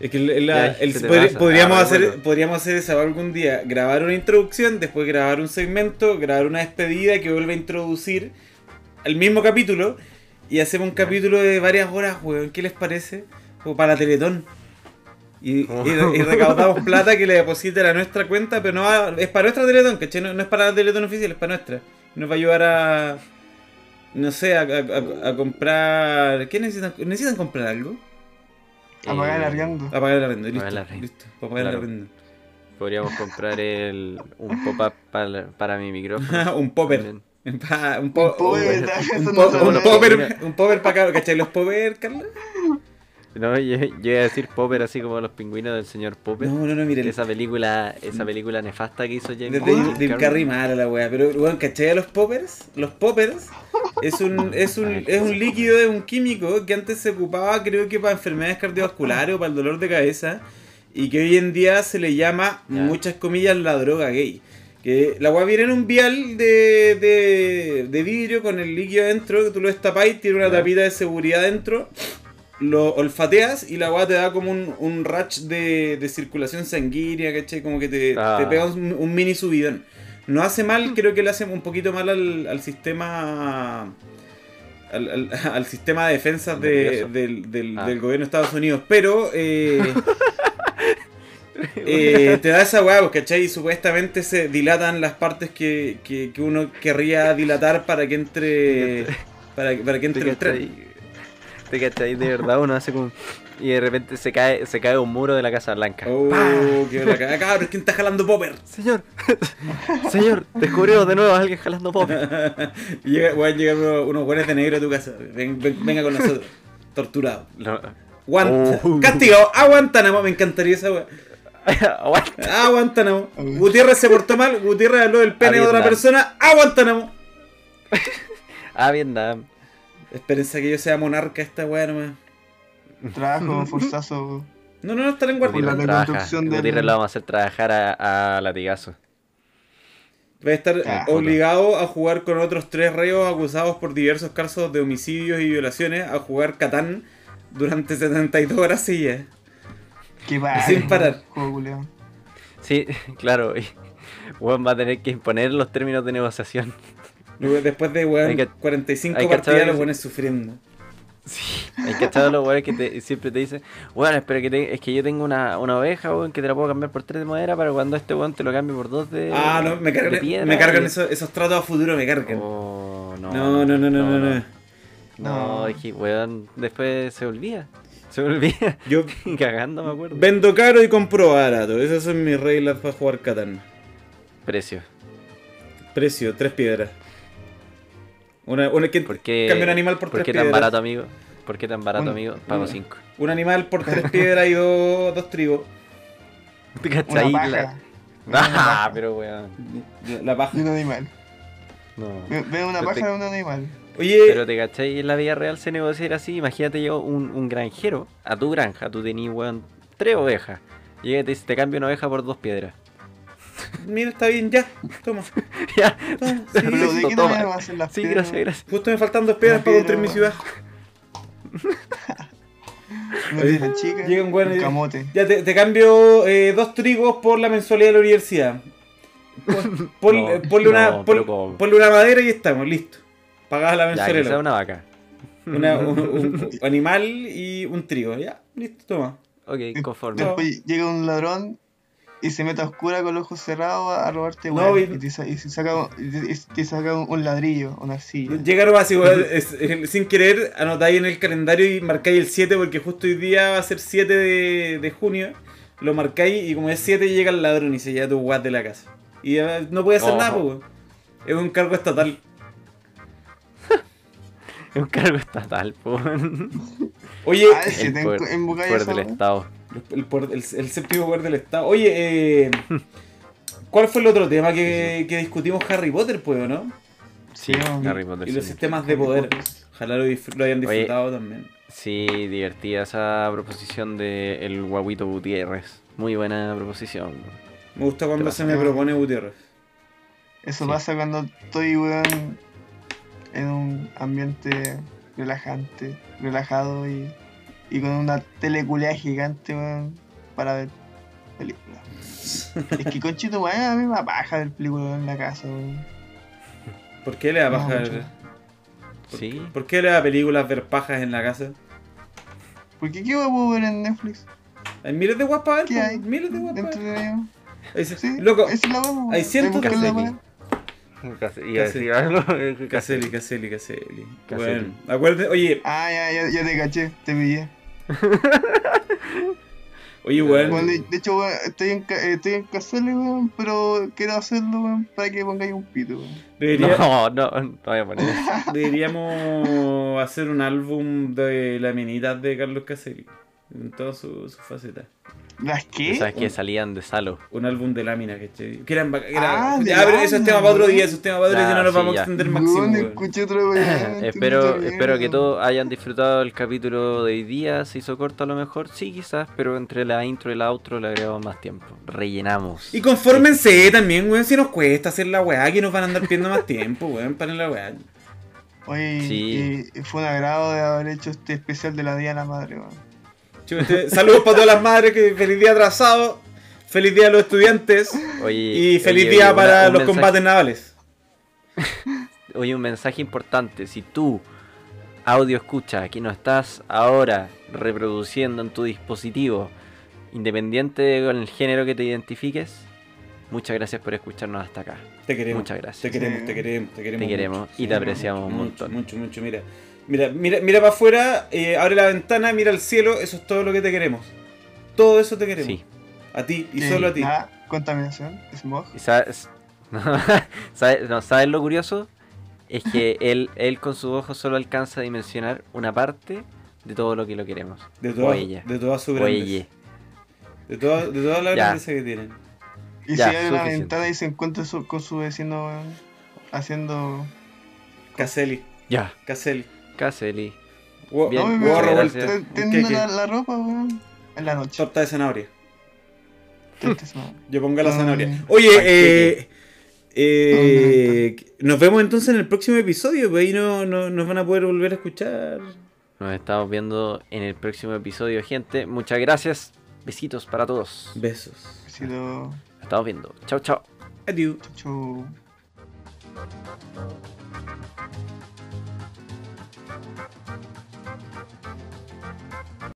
Speaker 1: Es que la- la-
Speaker 2: Ya,
Speaker 1: el-
Speaker 2: se te
Speaker 1: podri-
Speaker 2: pasa.
Speaker 1: podríamos,
Speaker 2: Ah,
Speaker 1: hacer,
Speaker 2: bueno.
Speaker 1: podríamos hacer esa algún día. Grabar una introducción, después grabar un segmento, grabar una despedida que vuelva a introducir el mismo capítulo. Y hacemos un capítulo de varias horas, weón. ¿Qué les parece? O para la Teletón. Y, y-
Speaker 2: Oh.
Speaker 1: y
Speaker 2: [LAUGHS]
Speaker 1: recaudamos plata que le depositen a nuestra cuenta, pero no va- es para nuestra Teletón, ¿cachai? No, no es para la Teletón oficial, es para nuestra. Nos va a ayudar a. No sé, a, a- a- a comprar. ¿Qué necesitan? ¿Necesitan comprar algo?
Speaker 3: Apagar
Speaker 2: Eh,
Speaker 3: largando.
Speaker 1: A pagar el arrendo, listo.
Speaker 2: Pagar el arrendo.
Speaker 1: listo, para pagar
Speaker 2: Claro.
Speaker 1: el
Speaker 2: Podríamos comprar el, un pop-up para, para mi micrófono.
Speaker 1: arrendo. [LAUGHS] [LAUGHS] un popper.
Speaker 2: también.
Speaker 1: Pa- un,
Speaker 2: oh,
Speaker 3: [LAUGHS]
Speaker 1: po-
Speaker 3: Pobre,
Speaker 1: un-
Speaker 3: está-
Speaker 1: un
Speaker 3: eso no
Speaker 1: po-
Speaker 3: se
Speaker 1: un
Speaker 3: puede.
Speaker 1: popper. Un popper para Carlos. ¿Cachai? ¿Los popper, Carlos?
Speaker 2: No, yo, yo iba a decir Popper así como los pingüinos del señor Popper.
Speaker 1: No, no, no, miren.
Speaker 2: Esa película, esa película nefasta que hizo James
Speaker 1: De
Speaker 2: James
Speaker 1: Dave, Dave Carrey mala la wea, pero weón, ¿cachai a los poppers? Los poppers es un, es un, es un líquido, es un químico que antes se ocupaba creo que para enfermedades cardiovasculares o para el dolor de cabeza y que hoy en día se le llama,
Speaker 2: Ya.
Speaker 1: muchas comillas, la droga gay. Que la wea viene en un vial de, de, de vidrio con el líquido adentro, que tú lo destapáis, tiene una
Speaker 2: Ya.
Speaker 1: tapita de seguridad adentro, lo olfateas y la wea te da como un, un ratch de, de circulación sanguínea, ¿cachai? Como que te,
Speaker 2: Ah.
Speaker 1: te pega un, un mini subidón. No hace mal, creo que le hace un poquito mal al, al sistema al, al- [LAUGHS] al sistema de defensas de-
Speaker 2: Nervioso.
Speaker 1: del, del-
Speaker 2: Ah.
Speaker 1: del gobierno de Estados Unidos. Pero
Speaker 2: [LAUGHS]
Speaker 1: eh, [LAUGHS] eh, te da esa weá, pues, ¿cachai? Y supuestamente se dilatan las partes que, que- que uno querría dilatar para que entre. Para, para que entre el tren.
Speaker 2: Te cachai, de verdad uno hace como. Y de repente se cae, se cae un muro de la Casa Blanca.
Speaker 1: Oh, qué la cagada, cabrón, ¿quién está jalando popper?
Speaker 2: Señor, [LAUGHS] señor, descubrimos de nuevo a alguien
Speaker 1: [LAUGHS]
Speaker 2: jalando pop.
Speaker 1: Y Llega, weón, llegan unos, unos güeyes de negro a tu casa. Ven- ven- venga con nosotros. Torturado.
Speaker 2: [LAUGHS]
Speaker 1: Guant
Speaker 2: Oh.
Speaker 1: Castigado a Guantánamo, me encantaría esa weá.
Speaker 2: Aguanta.
Speaker 1: A Guantánamo. Gutiérrez se portó mal, Gutiérrez habló del pene de otra
Speaker 2: Vietnam.
Speaker 1: persona. A Guantánamo.
Speaker 2: Ah, Vietnam.
Speaker 1: Esperanza que yo sea monarca esta weá nomás.
Speaker 2: [LAUGHS]
Speaker 3: Trabajo forzazo.
Speaker 1: No, no, no, estar en
Speaker 3: Por la
Speaker 1: guardia.
Speaker 2: Gutiérrez trabaja.
Speaker 3: reconstrucción del-
Speaker 2: Gutiérrez lo vamos a hacer trabajar a, a latigazo.
Speaker 1: Va a estar
Speaker 3: Ah,
Speaker 1: obligado a jugar con otros tres reos acusados por diversos casos de homicidios y violaciones a jugar Catán durante 72 horas seguidas.
Speaker 3: Qué va.
Speaker 1: Sin parar.
Speaker 3: Juego culiao.
Speaker 2: Sí, [LAUGHS] claro. Y Juan va a tener que imponer los términos de negociación.
Speaker 1: Luego, Después de weón,
Speaker 2: Hay que-
Speaker 1: 45
Speaker 2: hay que
Speaker 1: partidas,
Speaker 2: saber-
Speaker 1: los buenos sufriendo.
Speaker 2: Sí, hay cachado los weones que te- siempre te dicen, bueno, espero que te- es que yo tengo una, una oveja, weón, que te la puedo cambiar por tres de madera, pero cuando este weón te lo cambie por dos de
Speaker 1: Ah, no, me
Speaker 2: de
Speaker 1: cargan,
Speaker 2: piedra",
Speaker 1: me cargan
Speaker 2: y-
Speaker 1: esos, esos tratos a futuro, me cargan.
Speaker 2: Oh, no,
Speaker 1: no, no, no, no, no, no.
Speaker 2: No,
Speaker 3: No.
Speaker 2: es que weón, después se olvida. Se olvida. [LAUGHS]
Speaker 1: Yo
Speaker 2: Cagando, me acuerdo.
Speaker 1: vendo caro y compro barato. Esas son mis reglas para jugar Catán.
Speaker 2: Precio.
Speaker 1: Precio, tres piedras. Una, una que
Speaker 2: ¿Por qué,
Speaker 1: cambia un animal por,
Speaker 2: ¿por
Speaker 1: tres
Speaker 2: qué tan
Speaker 1: piedras.
Speaker 2: barato, amigo? ¿Por qué tan barato,
Speaker 3: Un-
Speaker 2: amigo? Pago
Speaker 3: un-
Speaker 2: [LAUGHS] 5.
Speaker 1: Un animal por tres piedras y dos, dos trigos.
Speaker 3: Una paja.
Speaker 2: [LAUGHS] Ah, pero weón.
Speaker 1: La
Speaker 3: Y
Speaker 1: paja.
Speaker 3: un animal.
Speaker 2: No.
Speaker 3: Ve- Ve una
Speaker 2: Pero
Speaker 3: paja
Speaker 2: te-
Speaker 3: de un animal.
Speaker 2: Pero
Speaker 1: Oye,
Speaker 2: te cachai, en la vida real se negocia era así. Imagínate yo, un, un granjero, a tu granja, tú tenías, weón, tres ovejas. Llega y te dice, te cambio una oveja por dos piedras. [LAUGHS]
Speaker 1: mira, está bien, ya. Toma.
Speaker 2: Ya. [LAUGHS]
Speaker 1: toma, sí.
Speaker 3: Pero de qué
Speaker 2: Toma.
Speaker 3: tamaño van a ser las
Speaker 2: Sí,
Speaker 3: piedras?
Speaker 2: gracias, gracias.
Speaker 1: Justo me faltan dos piedras
Speaker 3: Una
Speaker 1: para
Speaker 3: piedra,
Speaker 1: construir mi ciudad.
Speaker 3: Una piedra chica.
Speaker 1: Llega un weón y
Speaker 3: un
Speaker 1: dice-
Speaker 3: camote.
Speaker 1: Ya te, te cambio eh, dos trigos por la mensualidad de la universidad. Pon-
Speaker 2: [LAUGHS]
Speaker 1: pon-
Speaker 2: No,
Speaker 1: eh, ponle, una,
Speaker 2: no,
Speaker 1: pon-
Speaker 2: pero ¿cómo?
Speaker 1: ponle una madera y estamos, listo. Pagás la
Speaker 2: Ya, que
Speaker 1: mensualidad.
Speaker 2: sea una vaca. [LAUGHS]
Speaker 1: Una- un, un- un animal y un trigo. Ya, listo, toma.
Speaker 2: Ok, conforme.
Speaker 1: No.
Speaker 3: Después llega un ladrón y se mete a oscura con los ojos cerrados a, a robarte
Speaker 1: No,
Speaker 3: weón.
Speaker 1: y-
Speaker 3: y, te, sa- y se saca, y te, y te saca un, un ladrillo, una arcilla.
Speaker 1: Llegaron así, weón, eh, es- es- sin querer, anotáis en el calendario y marcáis el 7 porque justo hoy día va a ser 7 de, de junio. Lo marcáis y como es 7 llega el ladrón y se lleva tu guas de la casa. Y eh, no puede hacer
Speaker 2: Ojo.
Speaker 1: nada, po, weón. Es un cargo estatal.
Speaker 2: Es un cargo estatal,
Speaker 3: [LAUGHS]
Speaker 2: po. El
Speaker 1: Oye,
Speaker 3: Ah, si te
Speaker 2: poder-
Speaker 3: encu- en Bucaya
Speaker 2: poder
Speaker 3: esa
Speaker 2: del
Speaker 3: weá.
Speaker 2: Estado.
Speaker 1: El, poder- el- el séptimo poder del Estado. Oye, eh, ¿cuál fue el otro tema que, que discutimos? Harry Potter, pues, ¿o ¿no?
Speaker 2: Sí,
Speaker 3: weón.
Speaker 2: Harry Potter.
Speaker 1: Y los
Speaker 2: sí.
Speaker 1: sistemas de poder. Ojalá lo, disfr- lo hayan
Speaker 2: Oye.
Speaker 1: disfrutado también.
Speaker 2: Sí, divertida esa proposición de el guaguito Gutiérrez. Muy buena proposición. weón.
Speaker 1: Me gusta cuando
Speaker 2: Te
Speaker 1: se me
Speaker 3: vas a-
Speaker 1: propone Gutiérrez.
Speaker 3: Eso
Speaker 2: Sí.
Speaker 3: pasa cuando estoy, weón, en un ambiente relajante, relajado y, y con una teleculea gigante, weón, para ver películas.
Speaker 1: [LAUGHS]
Speaker 3: es que conchito, weón, a mí me da paja ver películas en la casa, weón.
Speaker 1: ¿Por qué le da
Speaker 3: No,
Speaker 1: paja?
Speaker 3: mucho.
Speaker 2: Sí.
Speaker 1: ¿Por qué le da películas ver pajas en la casa?
Speaker 3: ¿Por qué qué weón puedo ver en Netflix?
Speaker 1: Hay miles de guapas, ver,
Speaker 3: ¿Qué
Speaker 1: pues,
Speaker 3: hay
Speaker 1: miles de guapas.
Speaker 3: Entretenido.
Speaker 1: Sí,
Speaker 3: Sí,
Speaker 1: Loco,
Speaker 3: esa es la weón, weón.
Speaker 1: hay cientos
Speaker 3: Estoy buscando la
Speaker 2: de-
Speaker 3: weón.
Speaker 1: Caselli. Caselli, Caselli, Caselli.
Speaker 2: Caselli.
Speaker 1: Bueno, acuérdate, oye,
Speaker 3: Ah, ya, ya, ya te caché, te pillé.
Speaker 1: oye, weón.
Speaker 3: Weón, de, de hecho, weón, estoy en, ca- eh, estoy en casarle, weón, pero quiero hacerlo, weón, para que pongáis un pito, weón.
Speaker 1: debería-
Speaker 3: [LAUGHS]
Speaker 2: No, no, no voy a poner eso.
Speaker 1: Deberíamos hacer un álbum de la minitas de Carlos Caselli. En todas sus sus facetas.
Speaker 3: ¿Las qué?
Speaker 2: Sabes que salían de Salo.
Speaker 1: Un álbum de láminas, ¿cachai? Que eran. bac- que
Speaker 3: Ah,
Speaker 1: eran-
Speaker 3: de
Speaker 1: ya, pero eso es
Speaker 3: lámina,
Speaker 1: tema para otro día,
Speaker 3: weón.
Speaker 1: eso es tema para otro día,
Speaker 2: Ya,
Speaker 1: si no nos
Speaker 2: sí,
Speaker 1: vamos
Speaker 2: ya.
Speaker 1: a extender
Speaker 3: Weón,
Speaker 1: máximo. weón.
Speaker 3: escuché otra
Speaker 2: [LAUGHS]
Speaker 3: weá,
Speaker 2: Espero,
Speaker 3: entendí
Speaker 2: espero que
Speaker 3: mierda.
Speaker 2: todos hayan disfrutado el capítulo de hoy día. Se hizo corto a lo mejor, sí quizás, pero entre la intro y la outro le agregamos más tiempo. Rellenamos.
Speaker 1: Y confórmense también, weón, si nos cuesta hacer la weá, que nos van a andar pidiendo más tiempo, weón, para la weá.
Speaker 3: Oye,
Speaker 2: Sí.
Speaker 3: y- y fue un agrado de haber hecho este especial de la Día de la Madre, weón.
Speaker 1: Chúpete. Saludos para todas las madres, que feliz día atrasado, feliz día a los estudiantes
Speaker 2: Oye,
Speaker 1: y feliz
Speaker 2: oye,
Speaker 1: día
Speaker 2: oye,
Speaker 1: para
Speaker 2: una- un
Speaker 1: los
Speaker 2: mensaje-
Speaker 1: combates navales.
Speaker 2: Oye, un mensaje importante. Si tú Audio escucha, aquí no estás ahora reproduciendo en tu dispositivo, independiente de con el género que te identifiques. Muchas gracias por escucharnos hasta acá.
Speaker 1: Te queremos.
Speaker 2: Muchas
Speaker 1: Te
Speaker 2: gracias.
Speaker 1: queremos, te queremos, te queremos.
Speaker 2: Te queremos
Speaker 1: mucho.
Speaker 2: y te apreciamos un
Speaker 1: mucho,
Speaker 2: montón.
Speaker 1: Mucho, mucho, mira. Mira, mira, mira para afuera, eh, abre la ventana, mira al cielo, eso es todo lo que te queremos. Todo eso te queremos.
Speaker 2: Sí.
Speaker 1: A ti y
Speaker 3: Sí,
Speaker 1: solo a ti.
Speaker 3: Eh, nada, contaminación, smog.
Speaker 2: ¿Y [LAUGHS] sabes, ¿sabes, no, ¿sabes lo curioso? Es que él, él con su ojo solo alcanza a dimensionar una parte de todo lo que lo queremos.
Speaker 1: De
Speaker 2: o
Speaker 1: toda,
Speaker 2: ella.
Speaker 1: de toda su
Speaker 2: O
Speaker 1: grandeza.
Speaker 2: ella.
Speaker 1: De toda, de toda la
Speaker 2: [LAUGHS] Ya.
Speaker 1: grandeza que tienen.
Speaker 3: Y
Speaker 2: Ya,
Speaker 3: si abre la
Speaker 2: suficiente.
Speaker 3: ventana y se encuentra su- con su vecino, weón, haciendo.
Speaker 1: Caselli,
Speaker 2: Ya,
Speaker 1: Caselli.
Speaker 2: Caseli.
Speaker 1: Wo-
Speaker 2: Bien,
Speaker 3: no,
Speaker 1: huevo
Speaker 2: muchas
Speaker 1: revuelto.
Speaker 2: gracias.
Speaker 1: Un
Speaker 3: ten- tendiendo
Speaker 1: queque.
Speaker 3: la, la ropa, weón. En la noche.
Speaker 1: Torta de zanahoria.
Speaker 3: Este es, weón.
Speaker 1: Yo pongo la
Speaker 3: Ay.
Speaker 1: zanahoria. Oye, eh, eh, nos vemos entonces en el próximo episodio, pues ahí no, no- nos van a poder volver a escuchar.
Speaker 2: Nos estamos viendo en el próximo episodio, gente. Muchas gracias. Besitos para todos. Nos
Speaker 1: Besos.
Speaker 3: Besito.
Speaker 2: estamos viendo. Chao, chao.
Speaker 1: Adiós.
Speaker 3: Chau, chau.